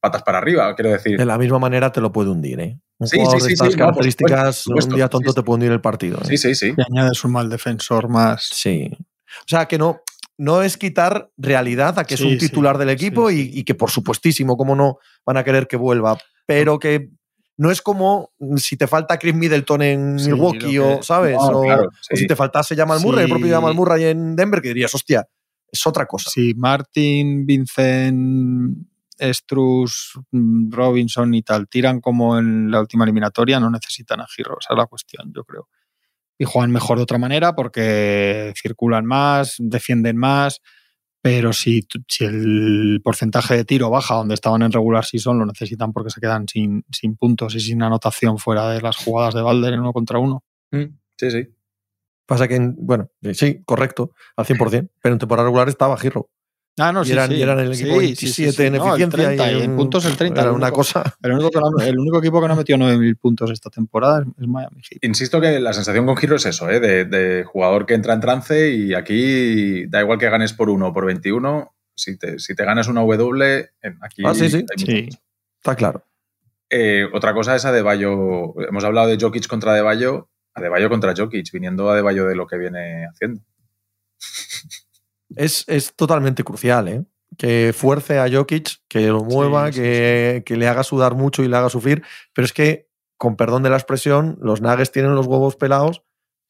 Speaker 4: patas para arriba, quiero decir.
Speaker 2: De la misma manera te lo puede hundir, ¿eh? Un
Speaker 4: Sí,
Speaker 2: jugador
Speaker 4: sí,
Speaker 2: de
Speaker 4: sí,
Speaker 2: estas
Speaker 4: sí, no, por supuesto,
Speaker 2: características,
Speaker 4: por supuesto,
Speaker 2: un día
Speaker 4: sí,
Speaker 2: tonto
Speaker 4: sí.
Speaker 2: te puede hundir el partido. ¿eh?
Speaker 4: Sí, sí, sí.
Speaker 3: Y añades un mal defensor más.
Speaker 2: Sí. O sea, que no, no es quitar realidad a que
Speaker 3: Sí,
Speaker 2: es un
Speaker 3: sí,
Speaker 2: titular del equipo
Speaker 3: sí,
Speaker 2: y- Y, que, por supuestísimo, como no, van a querer que vuelva. Pero que no es como si te falta Chris Middleton en
Speaker 3: Sí,
Speaker 2: Milwaukee,
Speaker 3: lo que-
Speaker 2: o, ¿sabes?
Speaker 4: No,
Speaker 2: o,
Speaker 4: claro,
Speaker 2: o
Speaker 4: sí.
Speaker 2: si te faltase Jamal Murray, el propio
Speaker 3: Sí.
Speaker 2: Jamal Murray en Denver, que dirías, hostia, es otra cosa.
Speaker 3: Si Martin, Vincent, Struz, mm, Robinson y tal tiran como en la última eliminatoria, no necesitan a Giro, esa es la cuestión, yo creo. Y juegan mejor de otra manera porque circulan más, defienden más, pero si, tu- si el porcentaje de tiro baja donde estaban en regular season, lo necesitan porque se quedan sin, sin puntos y sin anotación fuera de las jugadas de Balder en uno contra uno.
Speaker 4: Mm, Sí, sí.
Speaker 2: Pasa que, en- bueno, sí, correcto, al 100%, pero en temporada regular estaba Giro.
Speaker 3: Ah, no,
Speaker 2: Y
Speaker 3: sí,
Speaker 2: eran,
Speaker 3: sí.
Speaker 2: y eran el equipo
Speaker 3: Sí,
Speaker 2: 27
Speaker 3: sí, sí, sí.
Speaker 2: en
Speaker 3: No, el
Speaker 2: eficiencia
Speaker 3: 30 y en puntos el 30.
Speaker 2: Era
Speaker 3: el
Speaker 2: una
Speaker 3: único-
Speaker 2: cosa.
Speaker 3: El único, que no ha- el único equipo que no ha metido 9.000 puntos esta temporada es Miami Heat.
Speaker 4: Insisto que la sensación con Giro es eso, ¿eh? de, de jugador que entra en trance y aquí da igual que ganes por uno o por 21, si te, si te ganas una W, en- aquí
Speaker 2: Ah, sí, sí.
Speaker 4: hay mucho.
Speaker 3: Sí.
Speaker 2: Está claro.
Speaker 4: Eh, otra cosa es Adebayo. Hemos hablado de Jokic contra Adebayo. Adebayo contra Jokic, viniendo Adebayo de lo que viene haciendo.
Speaker 2: Es, es totalmente crucial, ¿eh? Que fuerce a Jokic, que lo mueva,
Speaker 3: sí,
Speaker 2: que, que le haga sudar mucho y le haga sufrir. Pero es que, con perdón de la expresión, los Nuggets tienen los huevos pelados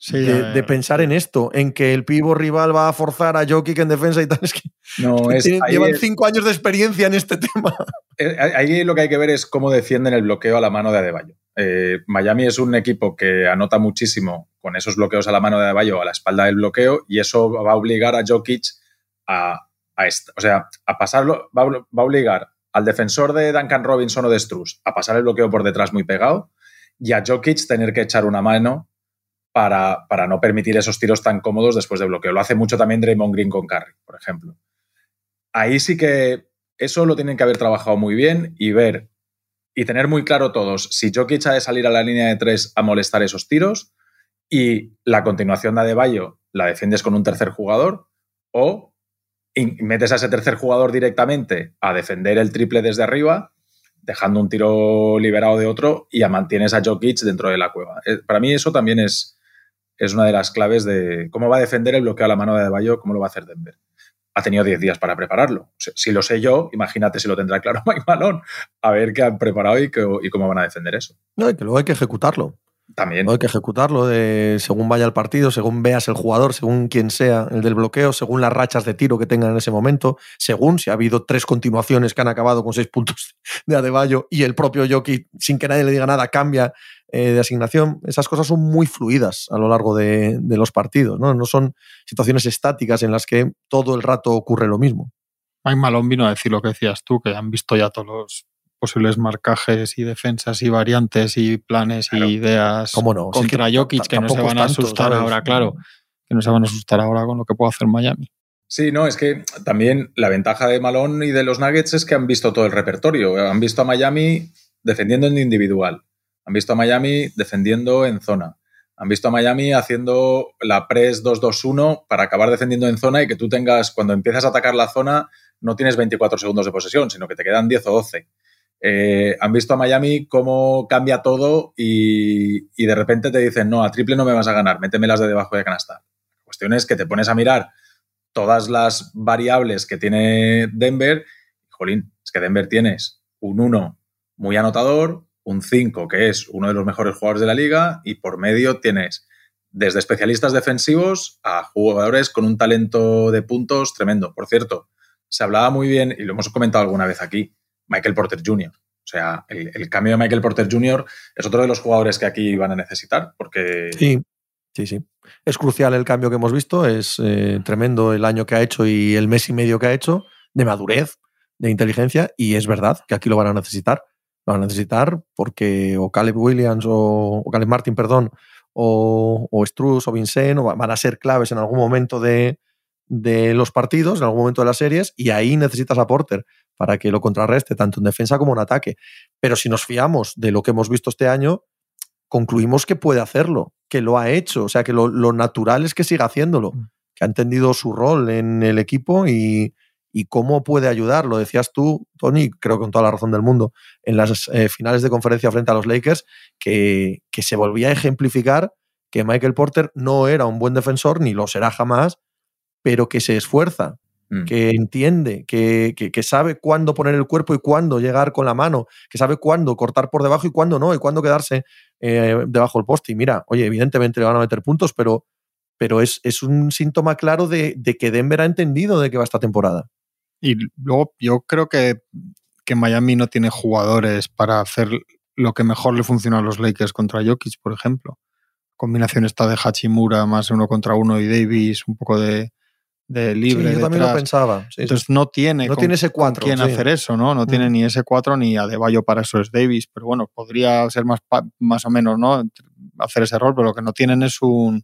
Speaker 3: Sí,
Speaker 2: de,
Speaker 3: eh,
Speaker 2: de pensar en esto, en que el pivo rival va a forzar a Jokic en defensa y tal. Es que
Speaker 4: No, es,
Speaker 2: tienen-
Speaker 4: ahí,
Speaker 2: llevan
Speaker 4: es-
Speaker 2: cinco años de experiencia en este tema.
Speaker 4: eh, ahí lo que hay que ver es cómo defienden el bloqueo a la mano de Adebayo. Eh, Miami es un equipo que anota muchísimo con esos bloqueos a la mano de Adebayo, a la espalda del bloqueo, y eso va a obligar a Jokic a, a est- o sea, a pasarlo, va a, obl- va a obligar al defensor de Duncan Robinson o de Struz a pasar el bloqueo por detrás muy pegado y a Jokic tener que echar una mano para, para no permitir esos tiros tan cómodos después de bloqueo. Lo hace mucho también Draymond Green con Curry, por ejemplo. Ahí sí que eso lo tienen que haber trabajado muy bien y ver y tener muy claro todos si Jokic ha de salir a la línea de tres a molestar esos tiros y la continuación de Adebayo la defiendes con un tercer jugador o in- metes a ese tercer jugador directamente a defender el triple desde arriba, dejando un tiro liberado de otro y a- mantienes a Jokic dentro de la cueva. Eh, Para mí eso también es, es una de las claves de cómo va a defender el bloqueo a la mano de Adebayo, cómo lo va a hacer Denver. Ha tenido 10 días para prepararlo. O sea, si lo sé yo, imagínate si lo tendrá claro Mike Malone, a ver qué han preparado y, qué- y cómo van a defender eso.
Speaker 2: No, y que luego hay que ejecutarlo.
Speaker 4: También.
Speaker 2: Luego hay que ejecutarlo de, según vaya el partido, según veas el jugador, según quien sea el del bloqueo, según las rachas de tiro que tengan en ese momento, según si ha habido tres continuaciones que han acabado con seis puntos de Adebayo y el propio Jokic, sin que nadie le diga nada, cambia eh, de asignación. Esas cosas son muy fluidas a lo largo de, de los partidos, ¿no? No son situaciones estáticas en las que todo el rato ocurre lo mismo.
Speaker 3: Mike Malone vino a decir lo que decías tú, que han visto ya todos los posibles marcajes y defensas y variantes y planes
Speaker 4: Claro.
Speaker 3: y ideas
Speaker 2: ¿Cómo no? Si es que
Speaker 3: contra Jokic que no se
Speaker 2: tampoco
Speaker 3: van a
Speaker 2: es tanto,
Speaker 3: asustar
Speaker 2: ¿sabes?
Speaker 3: ahora, claro, que no se van a asustar ahora con lo que puede hacer Miami.
Speaker 4: Sí, no, es que también la ventaja de Malone y de los Nuggets es que han visto todo el repertorio. Han visto a Miami defendiendo en individual. Han visto a Miami defendiendo en zona. Han visto a Miami haciendo la press 2-2-1 para acabar defendiendo en zona y que tú tengas, cuando empiezas a atacar la zona, no tienes 24 segundos de posesión, sino que te quedan 10 o 12. Eh, han visto a Miami cómo cambia todo y, y de repente te dicen, no, a triple no me vas a ganar, métemelas de debajo de canasta. La cuestión es que te pones a mirar todas las variables que tiene Denver, jolín, es que Denver tienes un 1 muy anotador, un 5 que es uno de los mejores jugadores de la liga y por medio tienes desde especialistas defensivos a jugadores con un talento de puntos tremendo. Por cierto, se hablaba muy bien, y lo hemos comentado alguna vez aquí, Michael Porter Jr. O sea, el, el cambio de Michael Porter Jr. es otro de los jugadores que aquí van a necesitar, porque
Speaker 2: Sí, sí, sí. Es crucial el cambio que hemos visto, es eh, tremendo el año que ha hecho y el mes y medio que ha hecho, de madurez, de inteligencia, y es verdad que aquí lo van a necesitar. Lo van a necesitar porque o Caleb Williams o, o Caleb Martin, perdón, o, o Struz o Vincent o va- van a ser claves en algún momento de, de los partidos, en algún momento de las series, y ahí necesitas a Porter para que lo contrarreste tanto en defensa como en ataque. Pero si nos fiamos de lo que hemos visto este año, concluimos que puede hacerlo, que lo ha hecho, o sea, que lo, lo natural es que siga haciéndolo,
Speaker 3: Mm.
Speaker 2: que ha entendido su rol en el equipo y, y cómo puede ayudar. Lo decías tú, Tony, creo que con toda la razón del mundo, en las eh, finales de conferencia frente a los Lakers, que, que se volvía a ejemplificar que Michael Porter no era un buen defensor, ni lo será jamás, pero que se esfuerza,
Speaker 4: mm,
Speaker 2: que entiende, que, que- que sabe cuándo poner el cuerpo y cuándo llegar con la mano, que sabe cuándo cortar por debajo y cuándo no, y cuándo quedarse eh, debajo del poste. Y mira, oye, evidentemente le van a meter puntos, pero, pero es, es un síntoma claro de, de que Denver ha entendido de qué va esta temporada.
Speaker 3: Y luego yo creo que, que Miami no tiene jugadores para hacer lo que mejor le funciona a los Lakers contra Jokic, por ejemplo. Combinación esta de Hachimura más uno contra uno y Davis, un poco de, de libre.
Speaker 2: Sí, yo también lo
Speaker 3: detrás.
Speaker 2: pensaba. Sí, sí.
Speaker 3: Entonces no tiene,
Speaker 2: no
Speaker 3: con
Speaker 2: tiene ese cuatro.
Speaker 3: quién
Speaker 2: sí. Mm.
Speaker 3: hacer eso, ¿no? No tiene ni ese 4 ni Adebayo para eso es Davis, pero bueno, podría ser más, pa- más o menos, ¿no? Hacer ese rol, pero lo que no tienen es un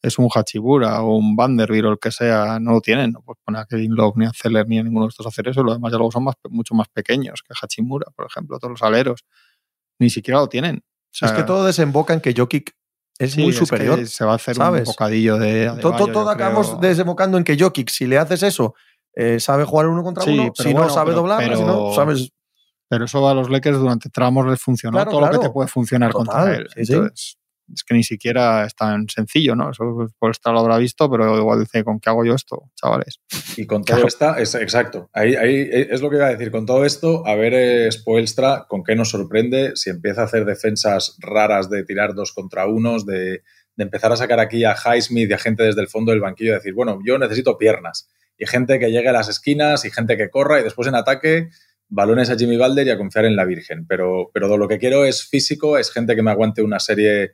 Speaker 3: es un Hachibura o un Vanderbilt o el que sea, no lo tienen, no puedes poner a Kevin Love ni a Zeller ni a ninguno de estos a hacer eso, los demás ya luego son más, mucho más pequeños que Hachimura, por ejemplo, todos los aleros, ni siquiera lo tienen. O sea,
Speaker 2: es que todo desemboca en que Jokic es
Speaker 3: sí,
Speaker 2: muy
Speaker 3: que
Speaker 2: superior.
Speaker 3: se va a hacer
Speaker 2: ¿sabes?
Speaker 3: un bocadillo de
Speaker 2: To-
Speaker 3: Adebayo,
Speaker 2: to-
Speaker 3: yo
Speaker 2: todo acabamos
Speaker 3: creo.
Speaker 2: desembocando en que Jokic, si le haces eso, eh, sabe jugar uno contra
Speaker 3: Sí,
Speaker 2: uno,
Speaker 3: pero
Speaker 2: si
Speaker 3: bueno,
Speaker 2: no sabe
Speaker 3: pero-
Speaker 2: doblar, si no
Speaker 3: pero-
Speaker 2: sabes
Speaker 3: Pero eso a los Lakers durante tramos les funcionó
Speaker 2: Claro,
Speaker 3: todo lo que
Speaker 2: claro.
Speaker 3: te puede funcionar
Speaker 2: Total,
Speaker 3: contra él.
Speaker 2: sí, sí.
Speaker 3: Entonces, es que ni siquiera es tan sencillo, ¿no? Eso por estar lo habrá visto, pero igual dice, ¿con qué hago yo esto, chavales?
Speaker 4: Y con todo
Speaker 3: Claro.
Speaker 4: esta, es, exacto, ahí, ahí es lo que iba a decir, con todo esto, a ver eh, Spoelstra con qué nos sorprende si empieza a hacer defensas raras de tirar dos contra unos, de, de empezar a sacar aquí a Highsmith y a gente desde el fondo del banquillo y decir, bueno, yo necesito piernas y gente que llegue a las esquinas y gente que corra y después en ataque balones a Jimmy Balder y a confiar en la Virgen. Pero, pero lo que quiero es físico, es gente que me aguante una serie,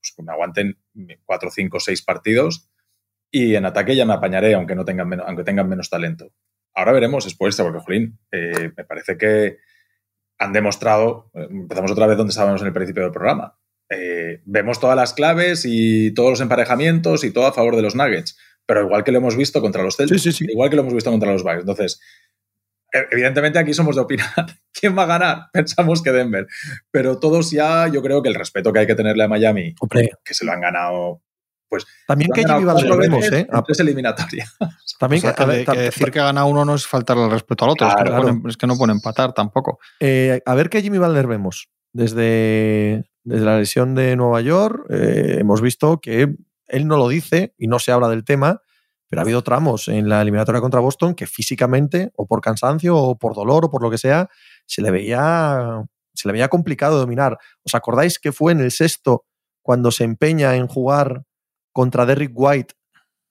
Speaker 4: pues que me aguanten cuatro, cinco, seis partidos y en ataque ya me apañaré, aunque, no tengan, menos, aunque tengan menos talento. Ahora veremos después, porque, Jolín, eh, me parece que han demostrado, eh, empezamos otra vez donde estábamos en el principio del programa, Eh, vemos todas las claves y todos los emparejamientos y todo a favor de los Nuggets, pero igual que lo hemos visto contra los Celtics,
Speaker 2: Sí, sí, sí.
Speaker 4: igual que lo hemos visto contra los Bucks. Entonces, e- evidentemente aquí somos de opinar quién va a ganar, pensamos que Denver, pero todos ya, yo creo que el respeto que hay que tenerle a Miami,
Speaker 2: Hombre,
Speaker 4: que se lo han ganado
Speaker 2: también
Speaker 4: lo han
Speaker 2: que
Speaker 4: ganado
Speaker 2: Jimmy Butler
Speaker 4: cuatro
Speaker 2: lo vemos,
Speaker 4: veces
Speaker 2: ¿eh?
Speaker 4: en tres eliminatorias.
Speaker 3: O
Speaker 2: También
Speaker 3: sea,
Speaker 2: que-
Speaker 3: que
Speaker 2: a ver,
Speaker 3: de-
Speaker 2: tam-
Speaker 3: que decir que gana uno no es faltarle el respeto al otro, es, que no
Speaker 2: Claro.
Speaker 3: ponen- es que no pone empatar tampoco.
Speaker 2: eh, a ver qué Jimmy Butler vemos. Desde, desde la lesión de Nueva York eh, hemos visto que él no lo dice y no se habla del tema, pero ha habido tramos en la eliminatoria contra Boston que físicamente, o por cansancio, o por dolor, o por lo que sea, se le veía, se le veía complicado dominar. ¿Os acordáis que fue en el sexto cuando se empeña en jugar contra Derrick White?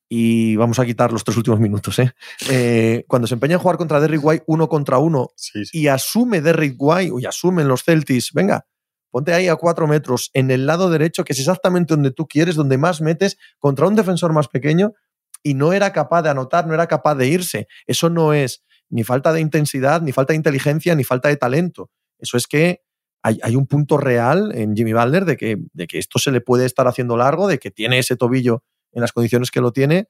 Speaker 2: Y vamos a quitar los tres últimos minutos. ¿eh? Eh, cuando se empeña en jugar contra Derrick White uno contra uno
Speaker 4: Sí, sí.
Speaker 2: y asume Derrick White y asumen los Celtics, venga, ponte ahí a cuatro metros en el lado derecho, que es exactamente donde tú quieres, donde más metes, contra un defensor más pequeño y no era capaz de anotar, no era capaz de irse. Eso no es ni falta de intensidad, ni falta de inteligencia, ni falta de talento. Eso es que hay, hay un punto real en Jimmy Butler de que, de que esto se le puede estar haciendo largo, de que tiene ese tobillo en las condiciones que lo tiene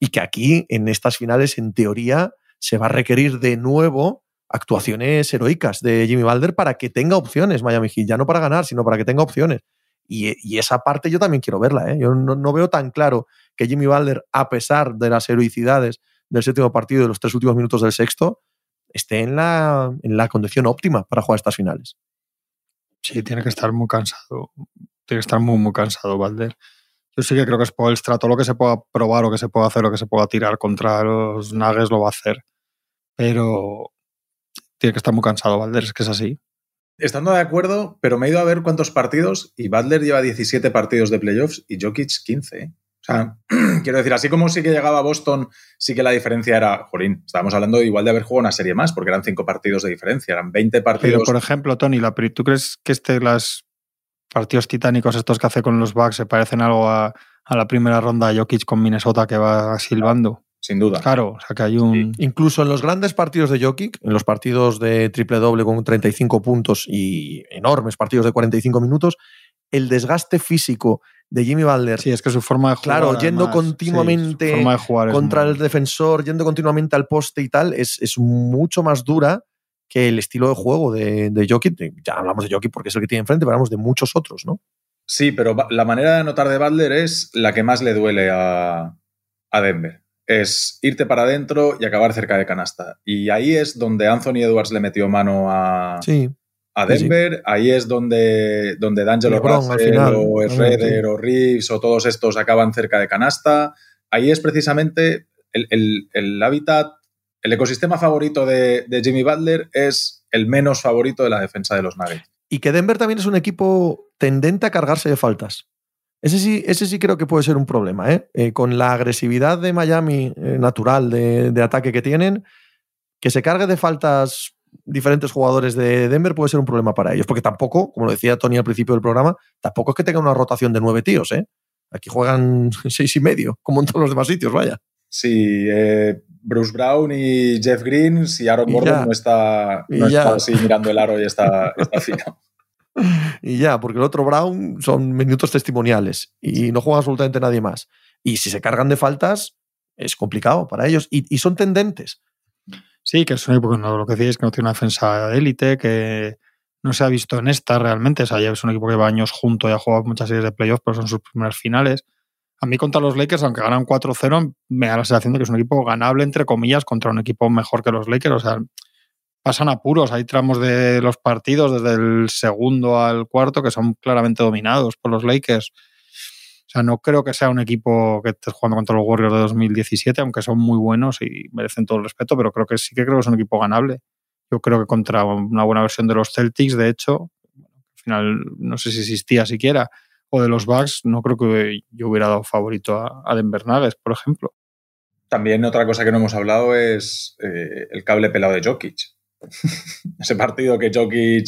Speaker 2: y que aquí, en estas finales, en teoría, se va a requerir de nuevo actuaciones heroicas de Jimmy Balder para que tenga opciones Miami Heat, ya no para ganar, sino para que tenga opciones. Y, y esa parte yo también quiero verla. ¿eh? Yo no, no veo tan claro que Jimmy Balder, a pesar de las heroicidades del séptimo partido y de los tres últimos minutos del sexto, esté en la, en la condición óptima para jugar estas finales.
Speaker 3: Sí, tiene que estar muy cansado. Tiene que estar muy, muy cansado, Valder. Yo sí que creo que es por el trato lo que se pueda probar o que se pueda hacer o que se pueda tirar contra los Nuggets lo va a hacer. Pero tiene que estar muy cansado, Valder. Es que es así.
Speaker 4: Estando de acuerdo, pero me he ido a ver cuántos partidos y Butler lleva 17 partidos de playoffs y Jokic 15. ¿eh? O sea, quiero decir, así como sí que llegaba a Boston, sí que la diferencia era, jolín, estábamos hablando igual de haber jugado una serie más, porque eran cinco partidos de diferencia, eran 20
Speaker 3: Pero,
Speaker 4: partidos.
Speaker 3: por ejemplo, Tony, la pri- ¿tú crees que este, los partidos titánicos estos que hace con los Bucks se parecen algo a, a la primera ronda de Jokic con Minnesota que va silbando?
Speaker 4: sin duda.
Speaker 3: Claro, o sea que hay un...
Speaker 2: Incluso en los grandes partidos de Jokic, en los partidos de triple doble con 35 puntos y enormes partidos de 45 minutos, el desgaste físico de Jimmy Butler
Speaker 3: Sí, es que su forma de jugar...
Speaker 2: Claro, yendo
Speaker 3: además,
Speaker 2: continuamente
Speaker 3: sí, su forma de jugar es
Speaker 2: contra
Speaker 3: muy-
Speaker 2: el defensor, yendo continuamente al poste y tal, es, es mucho más dura que el estilo de juego de, de Jokic. Ya hablamos de Jokic porque es el que tiene enfrente, pero hablamos de muchos otros, ¿no?
Speaker 4: Sí, pero ba- la manera de anotar de Butler es la que más le duele a, a Denver. Es irte para adentro y acabar cerca de canasta. Y ahí es donde Anthony Edwards le metió mano a,
Speaker 2: Sí.
Speaker 4: a
Speaker 2: Sí, sí.
Speaker 4: Denver. Ahí es donde, donde D'Angelo
Speaker 2: LeBron, al
Speaker 4: Russell
Speaker 2: final.
Speaker 4: o Herreder o Reeves o todos estos acaban cerca de canasta. Ahí es precisamente el, el- el hábitat, el ecosistema favorito de, de Jimmy Butler es el menos favorito de la defensa de los Nuggets.
Speaker 2: Y que Denver también es un equipo tendente a cargarse de faltas. Ese sí, ese sí creo que puede ser un problema, ¿eh? Eh, con la agresividad de Miami eh, natural de, de ataque que tienen, que se cargue de faltas diferentes jugadores de Denver puede ser un problema para ellos, porque tampoco, como lo decía Tony al principio del programa, tampoco es que tenga una rotación de nueve tíos, ¿eh? Aquí juegan seis y medio, como en todos los demás sitios, vaya.
Speaker 4: Si eh, Bruce Brown y Jeff Green, si Aaron
Speaker 2: Y
Speaker 4: Gordon
Speaker 2: ya.
Speaker 4: no, está,
Speaker 2: Y
Speaker 4: no
Speaker 2: ya.
Speaker 4: está así mirando el aro y está, está fino.
Speaker 2: Y ya, porque el otro Brown son minutos testimoniales y no juega absolutamente nadie más. Y si se cargan de faltas, es complicado para ellos. Y, y son tendentes.
Speaker 3: Sí, que es un equipo que no, lo que decíais, que no tiene una defensa de élite, que no se ha visto en esta realmente. O sea, ya es un equipo que lleva años junto y ha jugado muchas series de playoffs, pero son sus primeras finales. A mí contra los Lakers, aunque ganan 4-0, me da la sensación de que es un equipo ganable, entre comillas, contra un equipo mejor que los Lakers. O sea, pasan apuros. Hay tramos de los partidos, desde el segundo al cuarto, que son claramente dominados por los Lakers. O sea, no creo que sea un equipo que esté jugando contra los Warriors de 2017, aunque son muy buenos y merecen todo el respeto, pero creo que sí que creo que es un equipo ganable. Yo creo que contra una buena versión de los Celtics, de hecho, al final no sé si existía siquiera, o de los Bucks, no creo que yo hubiera dado favorito a, a Denver Nuggets, por ejemplo.
Speaker 4: También otra cosa que no hemos hablado es eh, el cable pelado de Jokic. Ese partido que Jokic...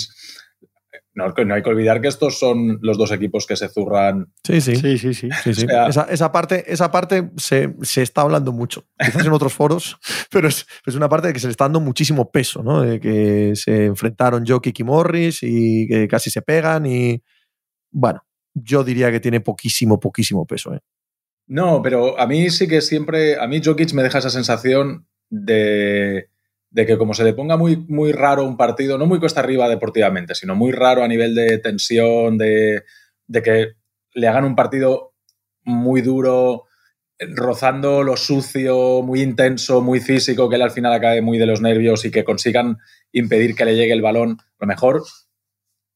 Speaker 4: No, no hay que olvidar que estos son los dos equipos que se zurran.
Speaker 2: Sí, sí.
Speaker 3: sí, sí.
Speaker 4: O sea-
Speaker 2: esa, esa parte, esa parte se, se está hablando mucho. Quizás en otros foros, pero es, es una parte de que se le está dando muchísimo peso, ¿no? De que se enfrentaron Jokic y Morris y que casi se pegan y. Bueno, yo diría que tiene poquísimo, poquísimo peso, ¿eh?
Speaker 4: No, pero a mí sí que siempre... A mí Jokic me deja esa sensación de, de que como se le ponga muy, muy raro un partido, no muy cuesta arriba deportivamente, sino muy raro a nivel de tensión, de, de que le hagan un partido muy duro, rozando lo sucio, muy intenso, muy físico, que él al final acabe muy de los nervios y que consigan impedir que le llegue el balón. A lo mejor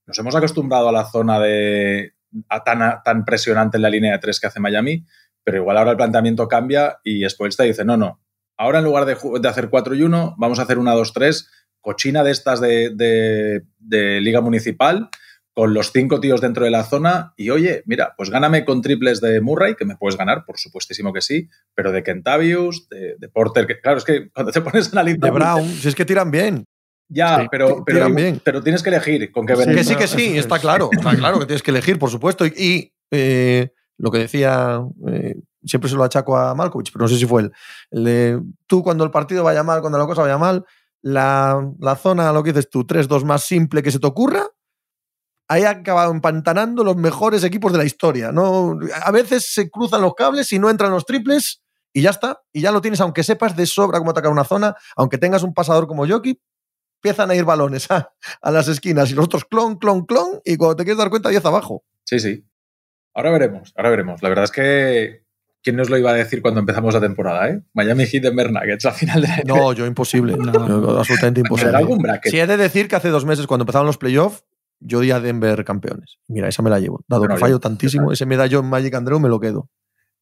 Speaker 4: nos hemos acostumbrado a la zona de a tan, a- tan presionante en la línea de tres que hace Miami, Pero igual ahora el planteamiento cambia y Spoilsta dice, no, no, ahora en lugar de, ju- de hacer 4 y 1, vamos a hacer 1, 2, 3, cochina de estas de, de- de liga municipal, con los cinco tíos dentro de la zona y oye, mira, pues gáname con triples de Murray, que me puedes ganar, por supuestísimo que sí, pero de Kentavius, de, de Porter, que claro, es que cuando te pones a analizar...
Speaker 2: De Brown, si es que tiran bien.
Speaker 4: Ya,
Speaker 3: Sí,
Speaker 2: ti-
Speaker 4: pero, pero,
Speaker 2: tiran bien.
Speaker 4: pero tienes que elegir con qué
Speaker 3: Sí,
Speaker 4: venir.
Speaker 2: Que sí, que sí,
Speaker 3: Eso
Speaker 2: está
Speaker 3: es.
Speaker 2: claro. Está claro que tienes que elegir, por supuesto. Y, y, eh, lo que decía, eh, siempre se lo achaco a Malkovich, pero no sé si fue él. El de, tú, cuando el partido vaya mal, cuando la cosa vaya mal, la, la zona, lo que dices tú, 3-2 más simple que se te ocurra, ahí han acabado empantanando los mejores equipos de la historia. ¿no? A veces se cruzan los cables y no entran los triples. Y ya está, y ya lo tienes, aunque sepas de sobra cómo atacar una zona, aunque tengas un pasador como Jokic, empiezan a ir balones ah, a, a las esquinas y los otros clon, clon, clon, y cuando te quieres dar cuenta, 10 abajo.
Speaker 4: Sí, sí. Ahora veremos, ahora veremos. La verdad es que quién nos lo iba a decir cuando empezamos la temporada, ¿eh? Miami Heat de Nuggets, la final de la NBA.
Speaker 2: No, yo imposible,
Speaker 3: No.
Speaker 2: Yo, absolutamente
Speaker 4: ¿Será
Speaker 2: imposible.
Speaker 4: algún bracket?
Speaker 2: Si he de decir que hace dos meses, cuando empezaron los playoffs, yo di a Denver campeones. Mira, esa me la llevo. Dado
Speaker 4: Bueno,
Speaker 2: que
Speaker 4: yo-
Speaker 2: fallo tantísimo, ese medallón Magic Andrew me lo quedo.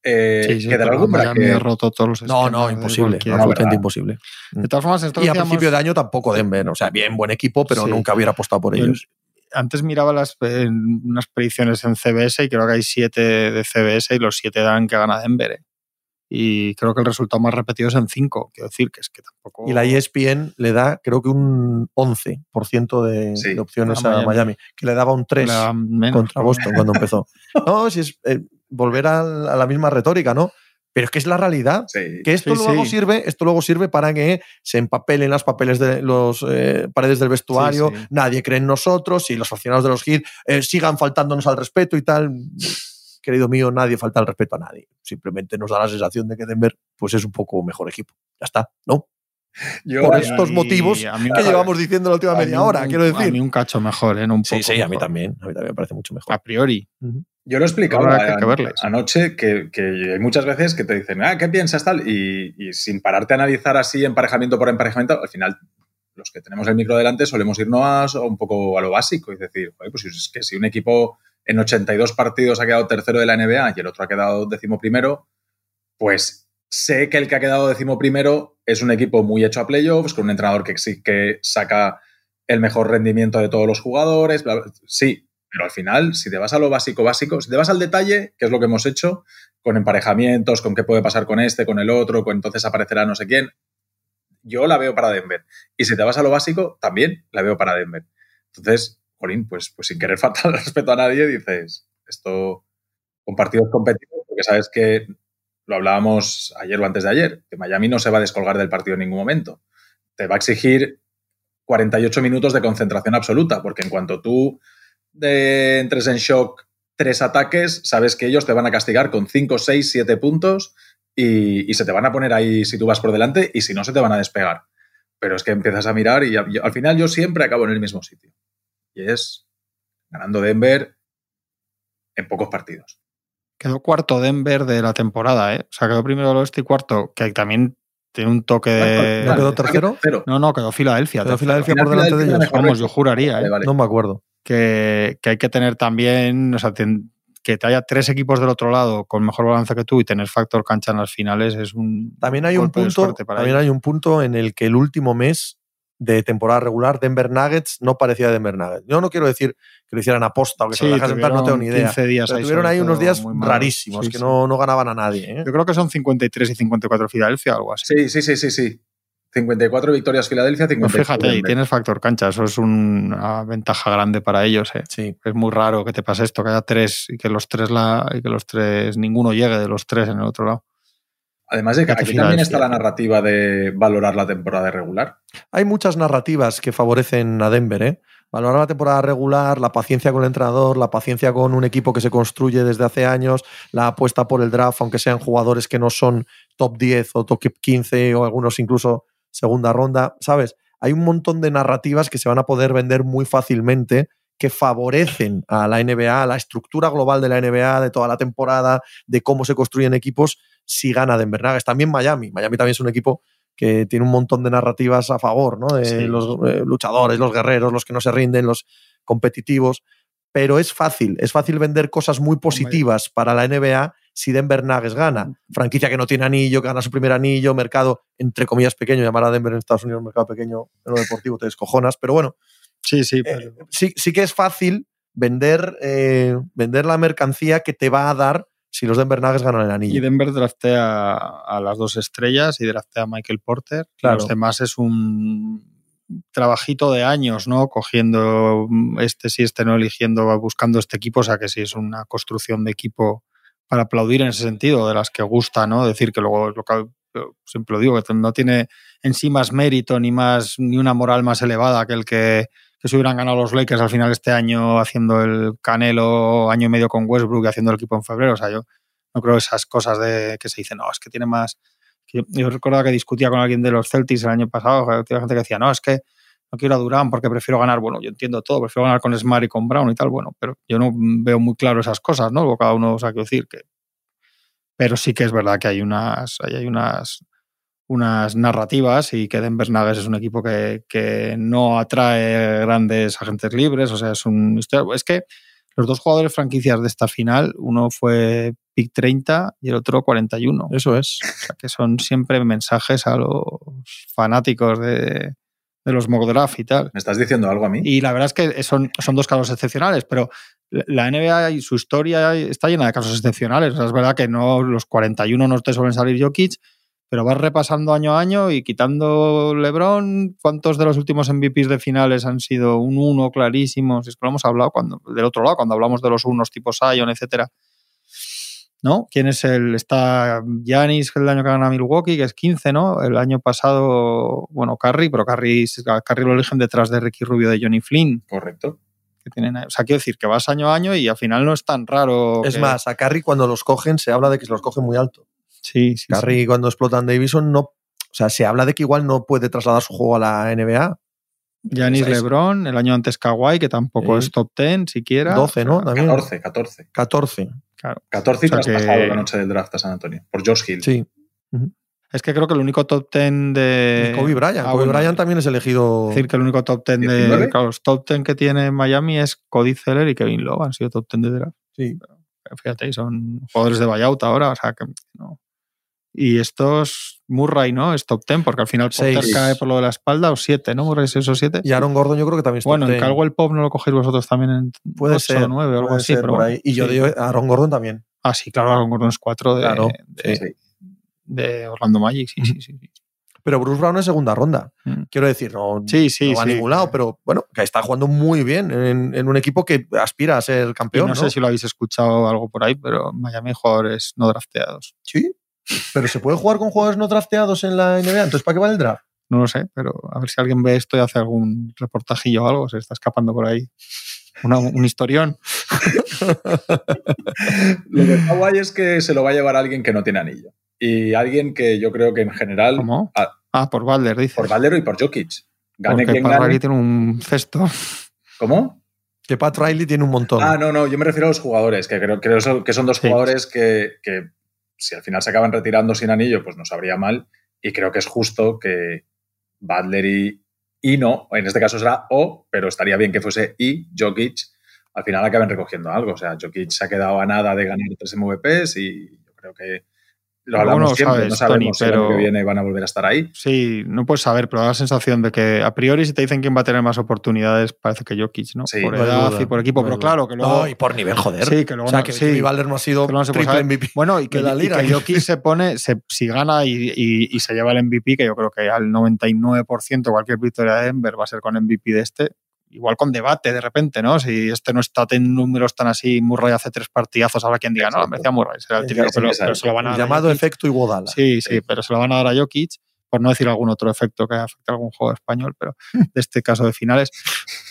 Speaker 4: Eh,
Speaker 3: Sí, sí,
Speaker 4: ¿Quedará
Speaker 3: pero
Speaker 4: algún
Speaker 3: Miami ha
Speaker 4: bracket?
Speaker 3: roto todos los
Speaker 2: No, no,
Speaker 3: esquemas de
Speaker 2: imposible.
Speaker 3: cualquier-
Speaker 4: No,
Speaker 2: absolutamente
Speaker 4: verdad.
Speaker 2: imposible.
Speaker 3: De todas formas, nosotros
Speaker 2: Y a
Speaker 3: hacíamos-
Speaker 2: principio de año tampoco Denver. O sea, bien, buen equipo, pero
Speaker 3: Sí.
Speaker 2: nunca hubiera apostado por
Speaker 3: Yo-
Speaker 2: ellos.
Speaker 3: antes miraba las, en unas predicciones en CBS y creo que hay siete de CBS y los siete dan que gana Denver. ¿eh? Y creo que el resultado más repetido es en cinco. Quiero decir que es que tampoco.
Speaker 2: Y la E ESPN le da, creo que un 11% de,
Speaker 4: Sí.
Speaker 2: de opciones
Speaker 3: A
Speaker 2: a Miami.
Speaker 3: Miami.
Speaker 2: que le daba un 3.
Speaker 3: la- menos.
Speaker 2: contra Boston cuando empezó. No, si es eh, volver al- a, la misma retórica, ¿no? Pero es que es la realidad.
Speaker 4: Sí.
Speaker 2: Que esto
Speaker 3: Sí,
Speaker 2: luego
Speaker 3: sí.
Speaker 2: sirve, esto luego sirve para que se empapelen las papeles de los eh, paredes del vestuario,
Speaker 3: Sí, sí.
Speaker 2: nadie cree en nosotros, y los aficionados de los Heat eh, sigan faltándonos al respeto y tal. Querido mío, nadie falta al respeto a nadie. Simplemente nos da la sensación de que Denver pues es un poco mejor equipo. Ya está, ¿no?
Speaker 4: Yo-
Speaker 2: por
Speaker 3: A
Speaker 4: a-
Speaker 2: estos
Speaker 3: mí-
Speaker 2: motivos
Speaker 3: a mí un-
Speaker 2: Que llevamos diciendo la última
Speaker 3: a mí
Speaker 2: media
Speaker 3: un-
Speaker 2: hora, quiero
Speaker 3: A mí
Speaker 2: decir.
Speaker 3: un cacho mejor, ¿eh? No un
Speaker 2: Sí,
Speaker 3: poco
Speaker 2: sí, a mí
Speaker 3: mejor.
Speaker 2: también. A mí también me parece mucho mejor.
Speaker 3: A priori.
Speaker 4: Yo lo explicaba
Speaker 3: Habrá que- que verles.
Speaker 4: anoche que, que hay muchas veces que te dicen, ah, ¿qué piensas tal? Y, y sin pararte a analizar así emparejamiento por emparejamiento, al final los que tenemos el micro delante solemos irnos a, un poco a lo básico y decir, "Joder, pues es que si un equipo en 82 partidos ha quedado tercero de la NBA y el otro ha quedado decimoprimero, pues sé que el que ha quedado decimoprimero es un equipo muy hecho a playoffs, con un entrenador que sí que saca el mejor rendimiento de todos los jugadores, bla, bla. sí, pero al final, si te vas a lo básico, básico, si te vas al detalle, que es lo que hemos hecho, con emparejamientos, con qué puede pasar con este, con el otro, con entonces aparecerá no sé quién, yo la veo para Denver. Y si te vas a lo básico, también la veo para Denver. Entonces, Colín, pues, pues sin querer faltar al respeto a nadie, dices, esto con partidos competidos, porque sabes que lo hablábamos ayer o antes de ayer, que Miami no se va a descolgar del partido en ningún momento. Te va a exigir 48 minutos de concentración absoluta, porque en cuanto tú de entres en shock tres ataques, sabes que ellos te van a castigar con 5, 6, 7 puntos y, y se te van a poner ahí si tú vas por delante y si no se te van a despegar. Pero es que empiezas a mirar y a- yo- al final yo siempre acabo en el mismo sitio. Y es ganando Denver en pocos partidos.
Speaker 3: Quedó cuarto Denver de la temporada, ¿eh? O sea, quedó primero el oeste y cuarto, que también tiene un toque de.
Speaker 2: ¿No quedó tercero?
Speaker 4: Pero
Speaker 3: No, no, quedó Filadelfia.
Speaker 2: Pero
Speaker 3: tercero.
Speaker 2: Filadelfia por
Speaker 4: Filadelfia
Speaker 2: delante de
Speaker 4: era
Speaker 2: ellos.
Speaker 4: mejor.
Speaker 3: Vamos, yo juraría, ¿eh?
Speaker 4: Vale, vale.
Speaker 2: No me acuerdo.
Speaker 3: que, que hay que tener también, o sea, ten- que te haya tres equipos del otro lado con mejor balance que tú y tener factor cancha en las finales es un
Speaker 2: También hay un
Speaker 3: golpe de
Speaker 2: punto,
Speaker 3: suerte para
Speaker 2: también
Speaker 3: ellos.
Speaker 2: hay un punto en el que el último mes de temporada regular Denver Nuggets no parecía Denver Nuggets. Yo no quiero decir que lo hicieran aposta o que se lo
Speaker 3: Sí,
Speaker 2: dejasen tal, no tengo ni
Speaker 3: tuvieron
Speaker 2: idea.
Speaker 3: 15 días
Speaker 2: Pero
Speaker 3: ahí
Speaker 2: tuvieron
Speaker 3: sobre
Speaker 2: ahí unos
Speaker 3: todo
Speaker 2: díos
Speaker 3: muy malos.
Speaker 2: rarísimos
Speaker 3: Sí,
Speaker 2: que
Speaker 3: sí.
Speaker 2: no, no ganaban a nadie. ¿eh?
Speaker 3: Yo creo que son 53 y 54 Filadelfia, algo así.
Speaker 4: Sí, sí, sí, sí, sí. 54 victorias Filadelfia,
Speaker 3: Pues
Speaker 4: 54
Speaker 3: fíjate, y
Speaker 4: Denver.
Speaker 3: tienes factor cancha, eso es una ventaja grande para ellos. ¿eh?
Speaker 2: Sí.
Speaker 3: Es muy raro que te pase esto, que haya tres y que los tres la, y que los tres ninguno llegue de los tres en el otro lado.
Speaker 4: Además de que
Speaker 3: Fíjate,
Speaker 4: aquí también
Speaker 3: Filadelfia.
Speaker 4: está la narrativa de valorar la temporada regular.
Speaker 2: Hay muchas narrativas que favorecen a Denver, ¿eh? Valorar la temporada regular, la paciencia con el entrenador, la paciencia con un equipo que se construye desde hace años, la apuesta por el draft, aunque sean jugadores que no son top 10 o top 15 o algunos incluso segunda ronda, ¿sabes? Hay un montón de narrativas que se van a poder vender muy fácilmente que favorecen a la NBA, a la estructura global de la NBA, de toda la temporada, de cómo se construyen equipos si gana Denver Nuggets. También Miami. Miami también es un equipo que tiene un montón de narrativas a favor, ¿no? De
Speaker 4: Sí.
Speaker 2: los eh, luchadores, los guerreros, los que no se rinden, los competitivos. Pero es fácil, es fácil vender cosas muy positivas para la NBA si Denver Nuggets
Speaker 3: Mm.
Speaker 2: gana, franquicia que no tiene anillo, que gana su primer anillo, mercado, entre comillas, pequeño, llamar a Denver en Estados Unidos mercado pequeño en lo deportivo, te descojonas, pero bueno,
Speaker 3: Sí, sí.
Speaker 2: eh,
Speaker 3: pero-
Speaker 2: sí, sí que es fácil vender, eh, vender la mercancía que te va a dar si los Denver Nuggets ganan el
Speaker 3: y
Speaker 2: anillo.
Speaker 3: Denver draftea a las dos estrellas y draftea a Michael Porter. Y
Speaker 2: Claro.
Speaker 3: Los demás es un trabajito de años, ¿no? Cogiendo mm, este sí, este no, eligiendo, va buscando este equipo. O sea que sí, es una construcción de equipo para aplaudir en ese sentido, de las que gusta, ¿no? Decir que luego es lo que yo siempre lo digo, que no tiene en sí más mérito ni más ni una moral más elevada que el que, que se hubieran ganado los Lakers al final este año haciendo el Canelo año y medio con Westbrook y haciendo el equipo en febrero. O sea, yo no creo esas cosas de que se dicen, no, es que tiene más. que Yo, yo recordaba que discutía con alguien de los Celtics el año pasado, que había gente que decía, no, es que no quiero a Durán porque prefiero ganar. Bueno, yo entiendo todo, prefiero ganar con Smart y con Brown y tal, bueno, pero yo no veo muy claro esas cosas, ¿no? Luego Cada uno, o sea, quiero decir que. Pero sí que es verdad que hay unas, ahí hay unas, unas narrativas y que Denver Nuggets es un equipo que, que no atrae grandes agentes libres, o sea, es un. Es que los dos jugadores franquicias de esta final, uno fue pick 30 y el otro 41. O
Speaker 2: Eso es.
Speaker 3: sea, que son siempre mensajes a los fanáticos de, de los mock draft y tal.
Speaker 4: ¿Me estás diciendo algo a mí?
Speaker 3: Y la verdad es que son, son dos casos excepcionales, pero la- la NBA y su historia está llena de casos excepcionales. O sea, es verdad que no los 41 no te suelen salir Jokic, pero vas repasando año a año y quitando LeBron, ¿cuántos de los últimos MVPs de finales han sido un uno clarísimo? Si es que lo hemos hablado cuando, del otro lado, cuando hablamos de los unos tipo Zion, etcétera. ¿No? ¿Quién es el? Está Giannis, el año que gana Milwaukee, que es 15, ¿no? El año pasado, bueno, Curry, pero Curry, Curry lo eligen detrás de Ricky Rubio de Johnny Flynn,
Speaker 4: Correcto.
Speaker 3: que tienen, ahí. o sea, quiero decir que vas año a año y al final no es tan raro.
Speaker 2: Es
Speaker 3: que-
Speaker 2: más, a Curry cuando los cogen se habla de que los cogen muy alto.
Speaker 3: sí, sí, sí.
Speaker 2: Curry cuando explotan Davison no... O sea, se habla de que igual no puede trasladar su juego a la NBA.
Speaker 3: Giannis
Speaker 2: o sea, es-
Speaker 3: LeBron, el año antes Kawhi, que tampoco
Speaker 2: Sí.
Speaker 3: es top 10 siquiera.
Speaker 2: 12, ¿no? También.
Speaker 4: 14, 14.
Speaker 2: 14.
Speaker 4: 14 y
Speaker 3: O sea
Speaker 4: traspasado
Speaker 3: que-
Speaker 4: la noche del draft a San Antonio por Josh Hill.
Speaker 2: Sí.
Speaker 3: Es que creo que el único top 10 de.
Speaker 2: Y Kobe Bryant.
Speaker 3: ah,
Speaker 2: Kobe
Speaker 3: bueno,
Speaker 2: Bryant también es elegido.
Speaker 3: Es decir, que el único top 10 de.
Speaker 4: 19.
Speaker 3: Claro, los top 10 que tiene Miami es Cody Zeller y Kevin Love. Han sido top 10 de draft.
Speaker 2: Sí.
Speaker 3: Fíjate, y son jugadores de buyout ahora. O sea, que no. Y estos, Murray, ¿no? Es top 10, porque al final Porter
Speaker 2: Seis.
Speaker 3: cae por lo de la espalda, o 7, ¿no? Murray 6 o 7.
Speaker 2: Y Aaron Gordon yo creo que también está.
Speaker 3: Bueno, en Caldwell Pop no lo cogéis vosotros también en
Speaker 2: Puede
Speaker 3: 8
Speaker 2: ser,
Speaker 3: o 9 o algo
Speaker 2: Puede
Speaker 3: así.
Speaker 2: ser
Speaker 3: pero
Speaker 2: por
Speaker 3: bueno,
Speaker 2: ahí. Y yo
Speaker 3: sí.
Speaker 2: digo, eh, Aaron Gordon también.
Speaker 3: Ah, sí, claro, Aaron Gordon es 4 de,
Speaker 2: Claro,
Speaker 3: de-
Speaker 2: sí.
Speaker 3: de Orlando Magic. Sí, sí, sí. sí.
Speaker 2: Pero Bruce Brown es segunda ronda.
Speaker 3: Mm.
Speaker 2: Quiero decir, no,
Speaker 3: Sí, sí,
Speaker 2: no va
Speaker 3: sí.
Speaker 2: a ningún lado, pero bueno, que está jugando muy bien en, en un equipo que aspira a ser
Speaker 3: Y
Speaker 2: campeón.
Speaker 3: no,
Speaker 2: No,
Speaker 3: sé si lo habéis escuchado algo por ahí, pero en Miami hay jugadores no drafteados.
Speaker 2: Sí. Pero se puede jugar con jugadores no drafteados en la NBA. Entonces, ¿para qué vale el draft?
Speaker 3: No lo sé, pero a ver si alguien ve esto y hace algún reportajillo o algo, se está escapando por ahí. Una- un historión.
Speaker 4: Lo que está guay es que se lo va a llevar alguien que no tiene anillo. Y alguien que yo creo que en general,
Speaker 3: ¿Cómo?
Speaker 4: Ah.
Speaker 3: Ah, por Balder, dice.
Speaker 4: por Valero y por Jokic. Gane
Speaker 3: Porque
Speaker 4: quien
Speaker 3: Pat
Speaker 4: gane.
Speaker 3: Riley tiene un cesto.
Speaker 4: ¿Cómo?
Speaker 2: Que Pat Riley tiene un montón.
Speaker 4: Ah, no, no, yo me refiero a los jugadores, que creo, creo son- que son dos
Speaker 3: Sí.
Speaker 4: jugadores que, que si al final se acaban retirando sin anillo, pues nos habría mal. Y creo que es justo que Butler y, y no, en este caso será O, pero estaría bien que fuese y Jokic, al final acaben recogiendo algo. O sea, Jokic se ha quedado a nada de ganar tres MVPs y yo creo que lo
Speaker 3: Luego no
Speaker 4: hablamos
Speaker 3: lo
Speaker 4: siempre,
Speaker 3: sabes,
Speaker 4: no sabemos
Speaker 3: Tony,
Speaker 4: si el
Speaker 3: pero-
Speaker 4: año que viene van a volver a estar ahí.
Speaker 3: Sí, no puedes saber, pero da la sensación de que a priori si te dicen quién va a tener más oportunidades, parece que Jokic, ¿no?
Speaker 4: Sí,
Speaker 3: por
Speaker 2: no hay
Speaker 3: edad
Speaker 2: duda,
Speaker 3: y por equipo,
Speaker 2: no hay
Speaker 3: pero
Speaker 2: duda.
Speaker 3: claro que luego...
Speaker 2: No, y por nivel, joder.
Speaker 3: Sí, que luego
Speaker 2: o sea,
Speaker 3: no-
Speaker 2: que
Speaker 3: sí.
Speaker 2: Jimmy Butler no ha sido
Speaker 3: Que no se puede
Speaker 2: triple
Speaker 3: saber.
Speaker 2: MVP.
Speaker 3: Bueno, y que,
Speaker 2: de la
Speaker 3: y
Speaker 2: liga.
Speaker 3: que Jokic se pone, se- si gana y, y- y se lleva el MVP, que yo creo que al 99% cualquier victoria de Denver va a ser con MVP de este, igual con debate de repente, ¿no? Si este no está en números tan así, Murray hace tres partidazos, habrá quien diga, no,
Speaker 4: Exacto.
Speaker 3: merecía Murray, será el
Speaker 2: Sí,
Speaker 3: típico,
Speaker 4: sí,
Speaker 3: pero,
Speaker 4: exacto.
Speaker 3: pero se lo van a
Speaker 2: El
Speaker 3: dar. a
Speaker 2: llamado
Speaker 3: Jokic.
Speaker 2: efecto Iguodala.
Speaker 3: Sí, sí,
Speaker 2: Eh,
Speaker 4: Sí.
Speaker 3: pero se lo van a dar a Jokic, por no decir algún otro efecto que afecta a algún juego español, pero de este caso de finales.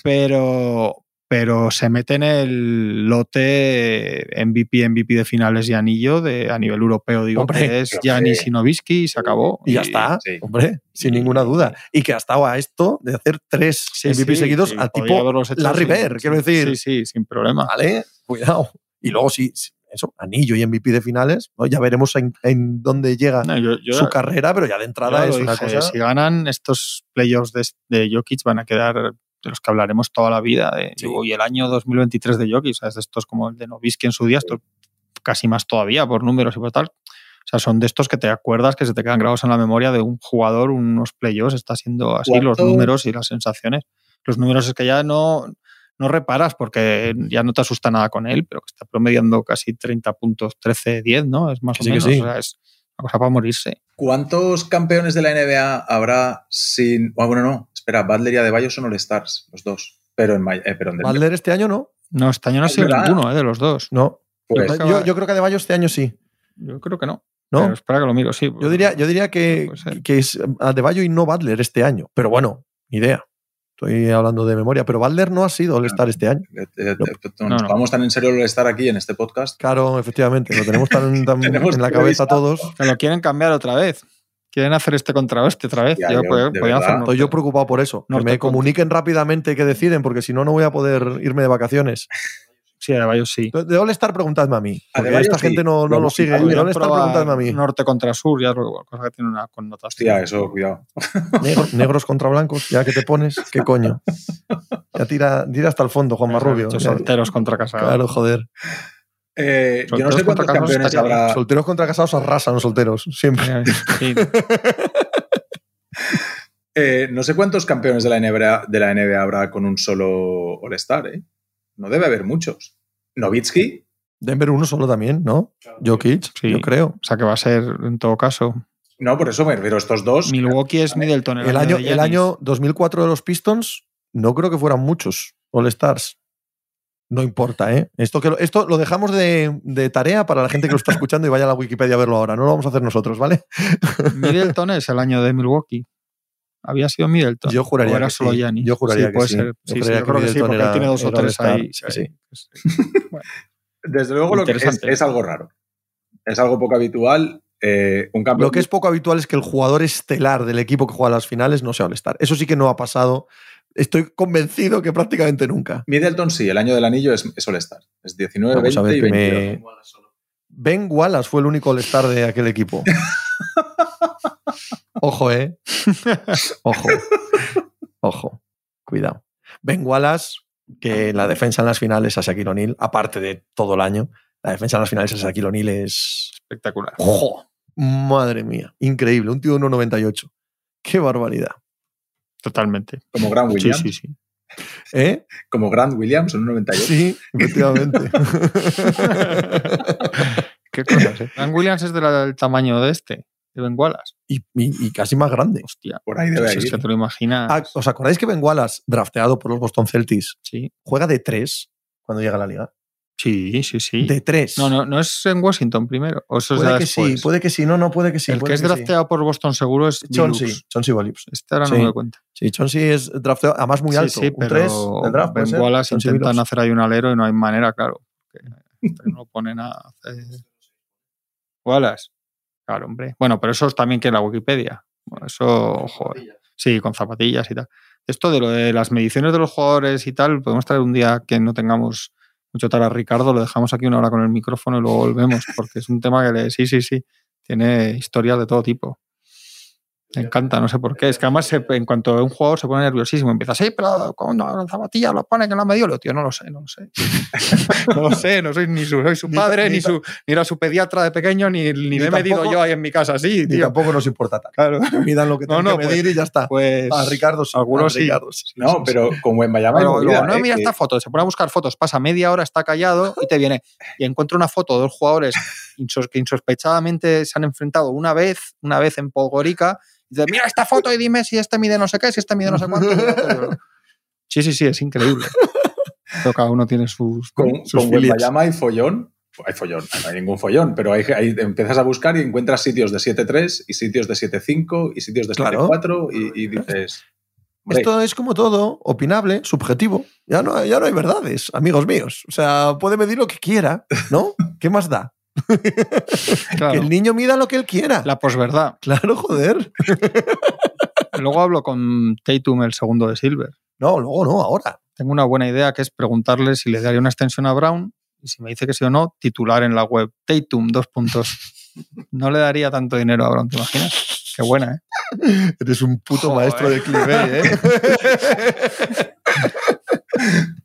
Speaker 3: Pero, pero se mete en el lote MVP, MVP de finales y anillo de, a nivel europeo, digo,
Speaker 2: Hombre,
Speaker 3: que es
Speaker 4: pero
Speaker 3: Giannis
Speaker 4: que-
Speaker 3: y Nowitzki y se acabó.
Speaker 2: Y ya está,
Speaker 4: sí.
Speaker 2: hombre, sin
Speaker 3: Y-
Speaker 2: ninguna duda. Y que ha estado a esto de hacer tres
Speaker 3: Sí,
Speaker 2: MVP
Speaker 3: sí,
Speaker 2: seguidos
Speaker 3: sí,
Speaker 2: a
Speaker 3: podía
Speaker 2: tipo,
Speaker 3: haberlos hecho
Speaker 2: Larry
Speaker 3: sin-
Speaker 2: Bird, quiero
Speaker 3: sin-
Speaker 2: decir.
Speaker 3: Sí, sí, sin problema.
Speaker 2: vale, cuidado. Y luego sí, sí, eso, anillo y MVP de finales, ¿no? ya veremos en, en dónde llega
Speaker 3: No, yo- yo-
Speaker 2: su carrera, pero ya de entrada
Speaker 3: Ya lo
Speaker 2: es una
Speaker 3: dije,
Speaker 2: cosa.
Speaker 3: Si ganan estos playoffs de, de Jokic van a quedar de los que hablaremos toda la vida. De,
Speaker 2: Sí.
Speaker 3: digo, y el año 2023 de Jokic, ¿sabes? Esto es como el de Novisky en su día, esto casi más todavía por números y por tal. O sea, son de estos que te acuerdas, que se te quedan grabados en la memoria de un jugador, unos playoffs, está siendo así
Speaker 4: ¿Cuánto?
Speaker 3: los números y las sensaciones. Los números es que ya no, no reparas porque ya no te asusta nada con él, pero que está promediando casi 30 puntos, 13, 10, ¿no? Es más
Speaker 2: Que
Speaker 3: o
Speaker 2: sí, que
Speaker 3: menos.
Speaker 2: sí.
Speaker 3: o sea, es una cosa para morirse.
Speaker 4: ¿Cuántos campeones de la NBA habrá sin. Ah, bueno, no. Espera, Butler y Adebayo son All-Stars, los dos. Pero en, May- eh, pero en Denver.
Speaker 2: Valder este año no.
Speaker 3: No, este año no ha
Speaker 4: Es
Speaker 3: sido
Speaker 4: verdad.
Speaker 3: ninguno eh, de los dos.
Speaker 2: No.
Speaker 4: Pues,
Speaker 3: Pues-
Speaker 2: yo, yo creo que de Bayo este año sí.
Speaker 3: Yo creo que no.
Speaker 2: ¿No?
Speaker 3: Pero espera que lo miro, sí.
Speaker 2: Yo diría, yo diría que,
Speaker 3: Puede ser.
Speaker 2: que es Adebayo y no Butler este año. Pero bueno, ni idea. Estoy hablando de memoria. Pero Butler no ha sido All-Star este año.
Speaker 4: eh, eh, eh,
Speaker 3: No,
Speaker 4: Nos
Speaker 3: no.
Speaker 4: vamos tan en serio el All-Star aquí en este podcast.
Speaker 2: Claro, efectivamente. Lo tenemos tan, tan
Speaker 4: Tenemos
Speaker 2: en la
Speaker 4: todo
Speaker 2: cabeza
Speaker 4: listado.
Speaker 2: todos.
Speaker 3: Que lo quieren cambiar otra vez. Quieren hacer este contra este otra vez.
Speaker 4: Ya,
Speaker 3: Yo
Speaker 4: yo,
Speaker 3: creo
Speaker 4: de
Speaker 3: que podían
Speaker 4: verdad.
Speaker 3: hacer un-
Speaker 2: Estoy yo preocupado por eso. Que
Speaker 3: Norte
Speaker 2: me
Speaker 3: Conti.
Speaker 2: comuniquen rápidamente qué deciden, porque si no, no voy a poder irme de vacaciones.
Speaker 3: Sí, Adebayo sí.
Speaker 2: De All-Star, preguntadme a mí. Porque
Speaker 4: Adebayo
Speaker 2: esta
Speaker 4: sí.
Speaker 2: gente no, no
Speaker 4: Lo
Speaker 2: lo sigue.
Speaker 4: buscaré.
Speaker 2: De
Speaker 3: Hubieran
Speaker 2: All-Star,
Speaker 3: probado
Speaker 2: preguntadme a mí.
Speaker 3: Norte contra sur, ya es lo- cosa que tiene una connotación.
Speaker 4: Hostia, eso, cuidado.
Speaker 2: Negro- negros contra blancos, ya que te pones, qué coño. Ya tira, tira hasta el fondo, Juan Marrubio.
Speaker 3: Muchos solteros contra casados.
Speaker 2: Claro, joder.
Speaker 4: Eh, yo no
Speaker 3: Solteros
Speaker 4: sé cuántos
Speaker 3: contra Carlos
Speaker 4: campeones
Speaker 3: estaría
Speaker 4: habrá.
Speaker 2: Solteros contra casados arrasan los solteros, siempre.
Speaker 3: Sí.
Speaker 4: eh, no sé cuántos campeones de la NBA, de la NBA habrá con un solo All-Star, ¿eh? No debe haber muchos. Novitsky,
Speaker 2: Denver uno solo también, ¿no? Jokic,
Speaker 3: Sí.
Speaker 2: yo creo.
Speaker 3: O sea que va a ser, en todo caso.
Speaker 4: no, por eso me refiero a estos dos.
Speaker 3: Milwaukee es Middleton.
Speaker 2: El año, el año 2004 de los Pistons, no creo que fueran muchos All-Stars. No importa, ¿eh? Esto, que lo, esto lo dejamos de, de tarea para la gente que lo está escuchando y vaya a la Wikipedia a verlo ahora. No lo vamos a hacer nosotros, ¿vale?
Speaker 3: Middleton es el año de Milwaukee. Había sido Middleton.
Speaker 2: Yo juraría
Speaker 3: O era
Speaker 2: que
Speaker 3: solo
Speaker 2: sí.
Speaker 3: Giannis.
Speaker 2: Yo juraría
Speaker 3: sí,
Speaker 2: que
Speaker 3: puede
Speaker 2: sí.
Speaker 3: ser.
Speaker 2: Yo
Speaker 3: Sí, sí,
Speaker 2: juraría
Speaker 3: yo creo
Speaker 2: que
Speaker 3: que sí, porque él
Speaker 2: Middleton
Speaker 3: tiene dos o
Speaker 2: era- era
Speaker 3: tres ahí.
Speaker 2: All-Star,
Speaker 3: sí, Ah, sí.
Speaker 4: Desde luego lo que es,
Speaker 3: Interesante.
Speaker 4: es algo raro. Es algo poco habitual. eh, un campeón
Speaker 2: Lo que es poco habitual es que el jugador estelar del equipo que juega las finales no sea All-Star. Eso sí que no ha pasado. Estoy convencido que prácticamente nunca.
Speaker 4: Middleton sí, el año del anillo es, es All-Star. Es 19,
Speaker 2: Vamos a
Speaker 4: 20 y
Speaker 2: ver que
Speaker 4: 22.
Speaker 2: me... Ben Wallace fue el único All-Star de aquel equipo. Ojo, ¿eh? Ojo. Ojo. Cuidado. Ben Wallace, que la defensa en las finales a Shaquille O'Neal, aparte de todo el año, la defensa en las finales a Shaquille O'Neal es...
Speaker 3: Espectacular.
Speaker 2: ¡Jo! Madre mía. Increíble. Un tío de 1,98. ¡Qué barbaridad!
Speaker 3: Totalmente.
Speaker 4: Como Grant
Speaker 3: Sí,
Speaker 4: Williams.
Speaker 3: sí, sí.
Speaker 2: ¿Eh?
Speaker 4: Como Grant Williams en un 98.
Speaker 2: Sí, efectivamente.
Speaker 3: Qué cosas, eh. Dan Williams es de la- del tamaño de este, de Ben Wallace.
Speaker 2: y, y- y casi más grande.
Speaker 3: Hostia.
Speaker 4: Por ahí debe
Speaker 3: Si es
Speaker 4: ir.
Speaker 3: que te lo imaginas.
Speaker 2: Ah, ¿Os acordáis que Ben Wallace, drafteado por los Boston Celtics,
Speaker 3: Sí,
Speaker 2: juega de tres cuando llega a la liga?
Speaker 3: sí, sí. sí.
Speaker 2: De tres.
Speaker 3: No, no, no es en Washington primero. O eso es
Speaker 2: Puede
Speaker 3: ya
Speaker 2: que sí,
Speaker 3: después.
Speaker 2: puede que sí. No, no, puede que sí.
Speaker 3: el
Speaker 2: puede
Speaker 3: que es
Speaker 2: sí.
Speaker 3: drafteado por Boston seguro es
Speaker 2: Chauncey.
Speaker 3: Billups.
Speaker 2: Chauncey Billups.
Speaker 3: Este ahora
Speaker 2: Sí.
Speaker 3: no me doy cuenta.
Speaker 2: Sí, Chauncey es drafteado, además muy
Speaker 3: Sí,
Speaker 2: alto.
Speaker 3: sí,
Speaker 2: un
Speaker 3: pero
Speaker 2: 3 del draft. puede
Speaker 3: Ben
Speaker 2: ser.
Speaker 3: Wallace
Speaker 2: Chauncey
Speaker 3: intentan
Speaker 2: Billups.
Speaker 3: hacer ahí un alero y no hay manera, claro. porque hasta que no lo ponen a hacer. Wallace. Claro, hombre. Bueno, pero eso es también que en la Wikipedia. Bueno, eso, joder. Sí, con zapatillas y tal. Esto de lo de las mediciones de los jugadores y tal, podemos traer un día que no tengamos mucho tal a Ricardo, lo dejamos aquí una hora con el micrófono y luego volvemos, porque es un tema que le, sí, sí, sí, tiene historias de todo tipo. Me encanta, no sé por qué. Es que además se- en cuanto a un jugador se pone nerviosísimo, empieza, sí, pero cuando la zapatilla lo pone que la medio, lo tío, no lo sé, no lo sé. no lo sé, no soy ni su, soy su
Speaker 2: Ni-
Speaker 3: padre, ni,
Speaker 2: ni
Speaker 3: su, ni era su pediatra de pequeño, ni, ni, le he medido
Speaker 2: tampoco-
Speaker 3: yo ahí en mi casa, sí,
Speaker 2: Y
Speaker 3: tío.
Speaker 2: tampoco nos importa tanto.
Speaker 3: Claro.
Speaker 2: Midan lo que
Speaker 3: No,
Speaker 2: tengan
Speaker 3: no,
Speaker 2: que medir y ya está.
Speaker 3: Pues.
Speaker 2: a Ricardo sí. a
Speaker 3: algunos sí.
Speaker 2: Ricardo sí.
Speaker 4: No, pero con Wembayama. hay
Speaker 3: Pero
Speaker 4: movida,
Speaker 3: luego, no,
Speaker 4: ¿eh?
Speaker 3: mira
Speaker 4: Que-
Speaker 3: esta foto. Se pone a buscar fotos, pasa media hora, está callado y te viene. Y encuentra una foto de dos jugadores insos- que insospechadamente se han enfrentado una vez, una vez en Podgorica. Y dice, mira esta foto y dime si este mide no sé qué, si este mide no sé cuánto. y el otro- Sí, sí, sí, es increíble. Pero cada uno tiene sus.
Speaker 4: con,
Speaker 2: sus
Speaker 4: con
Speaker 2: filias.
Speaker 4: Wembayama hay follón. Hay follón, no hay ningún follón, pero ahí empiezas a buscar y encuentras sitios de 7-3 y sitios de 7-5 y sitios de 7-4
Speaker 2: Claro.
Speaker 4: y, y dices. hombre,
Speaker 2: Esto es como todo, opinable, subjetivo. Ya no, ya no hay verdades, amigos míos. O sea, puede medir lo que quiera, ¿no? ¿Qué más da?
Speaker 3: Claro,
Speaker 2: Que el niño mida lo que él quiera.
Speaker 3: la posverdad.
Speaker 2: Claro, joder.
Speaker 3: Luego hablo con Tatum, el segundo de Silver.
Speaker 2: No, luego no, ahora.
Speaker 3: Tengo una buena idea que es preguntarle si le daría una extensión a Brown y si me dice que sí o no, titular en la web. Tatum, dos puntos. No le daría tanto dinero a Brown, ¿te imaginas? Qué buena, ¿eh?
Speaker 2: Eres un puto
Speaker 3: Joder.
Speaker 2: maestro de clickbait, ¿eh?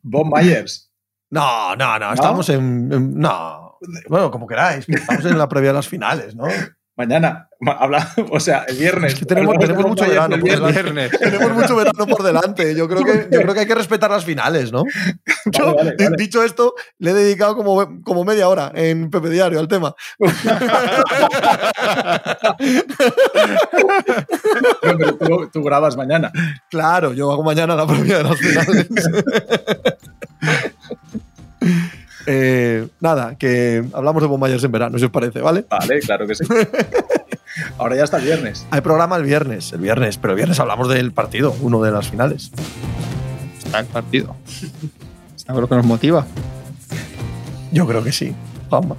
Speaker 4: Bob Myers.
Speaker 2: No, no, no, estamos en, en- No. Bueno, como queráis. que Estamos en la previa de las finales, ¿no?
Speaker 4: Mañana, ma- habla, o sea, el viernes.
Speaker 2: Es que tenemos-
Speaker 4: Hablamos de
Speaker 2: tenemos mucho
Speaker 4: Bomba y es
Speaker 2: verano,
Speaker 4: el
Speaker 2: por
Speaker 4: viernes.
Speaker 3: Viernes.
Speaker 2: Tenemos mucho verano por delante. Yo creo que, yo creo que hay que respetar las finales, ¿no? Yo,
Speaker 4: Vale, vale, vale.
Speaker 2: Dicho esto, le he dedicado como, como media hora en Pepe Diario al tema.
Speaker 4: No, pero tú, tú grabas mañana.
Speaker 2: Claro, yo hago mañana la previa de las finales. Eh, nada, que hablamos de Bombayers en verano, si os parece, ¿vale?
Speaker 4: Vale, claro que sí. Ahora ya está el viernes.
Speaker 2: Hay programa el viernes, el viernes, pero el viernes hablamos del partido, uno de las finales.
Speaker 3: Está el partido. Está lo que nos motiva.
Speaker 2: Yo creo que sí. Juanma.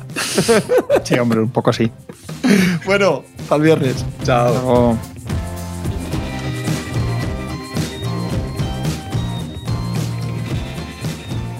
Speaker 3: Sí, hombre, un poco así.
Speaker 2: Bueno, al viernes.
Speaker 4: Chao.
Speaker 3: Luego-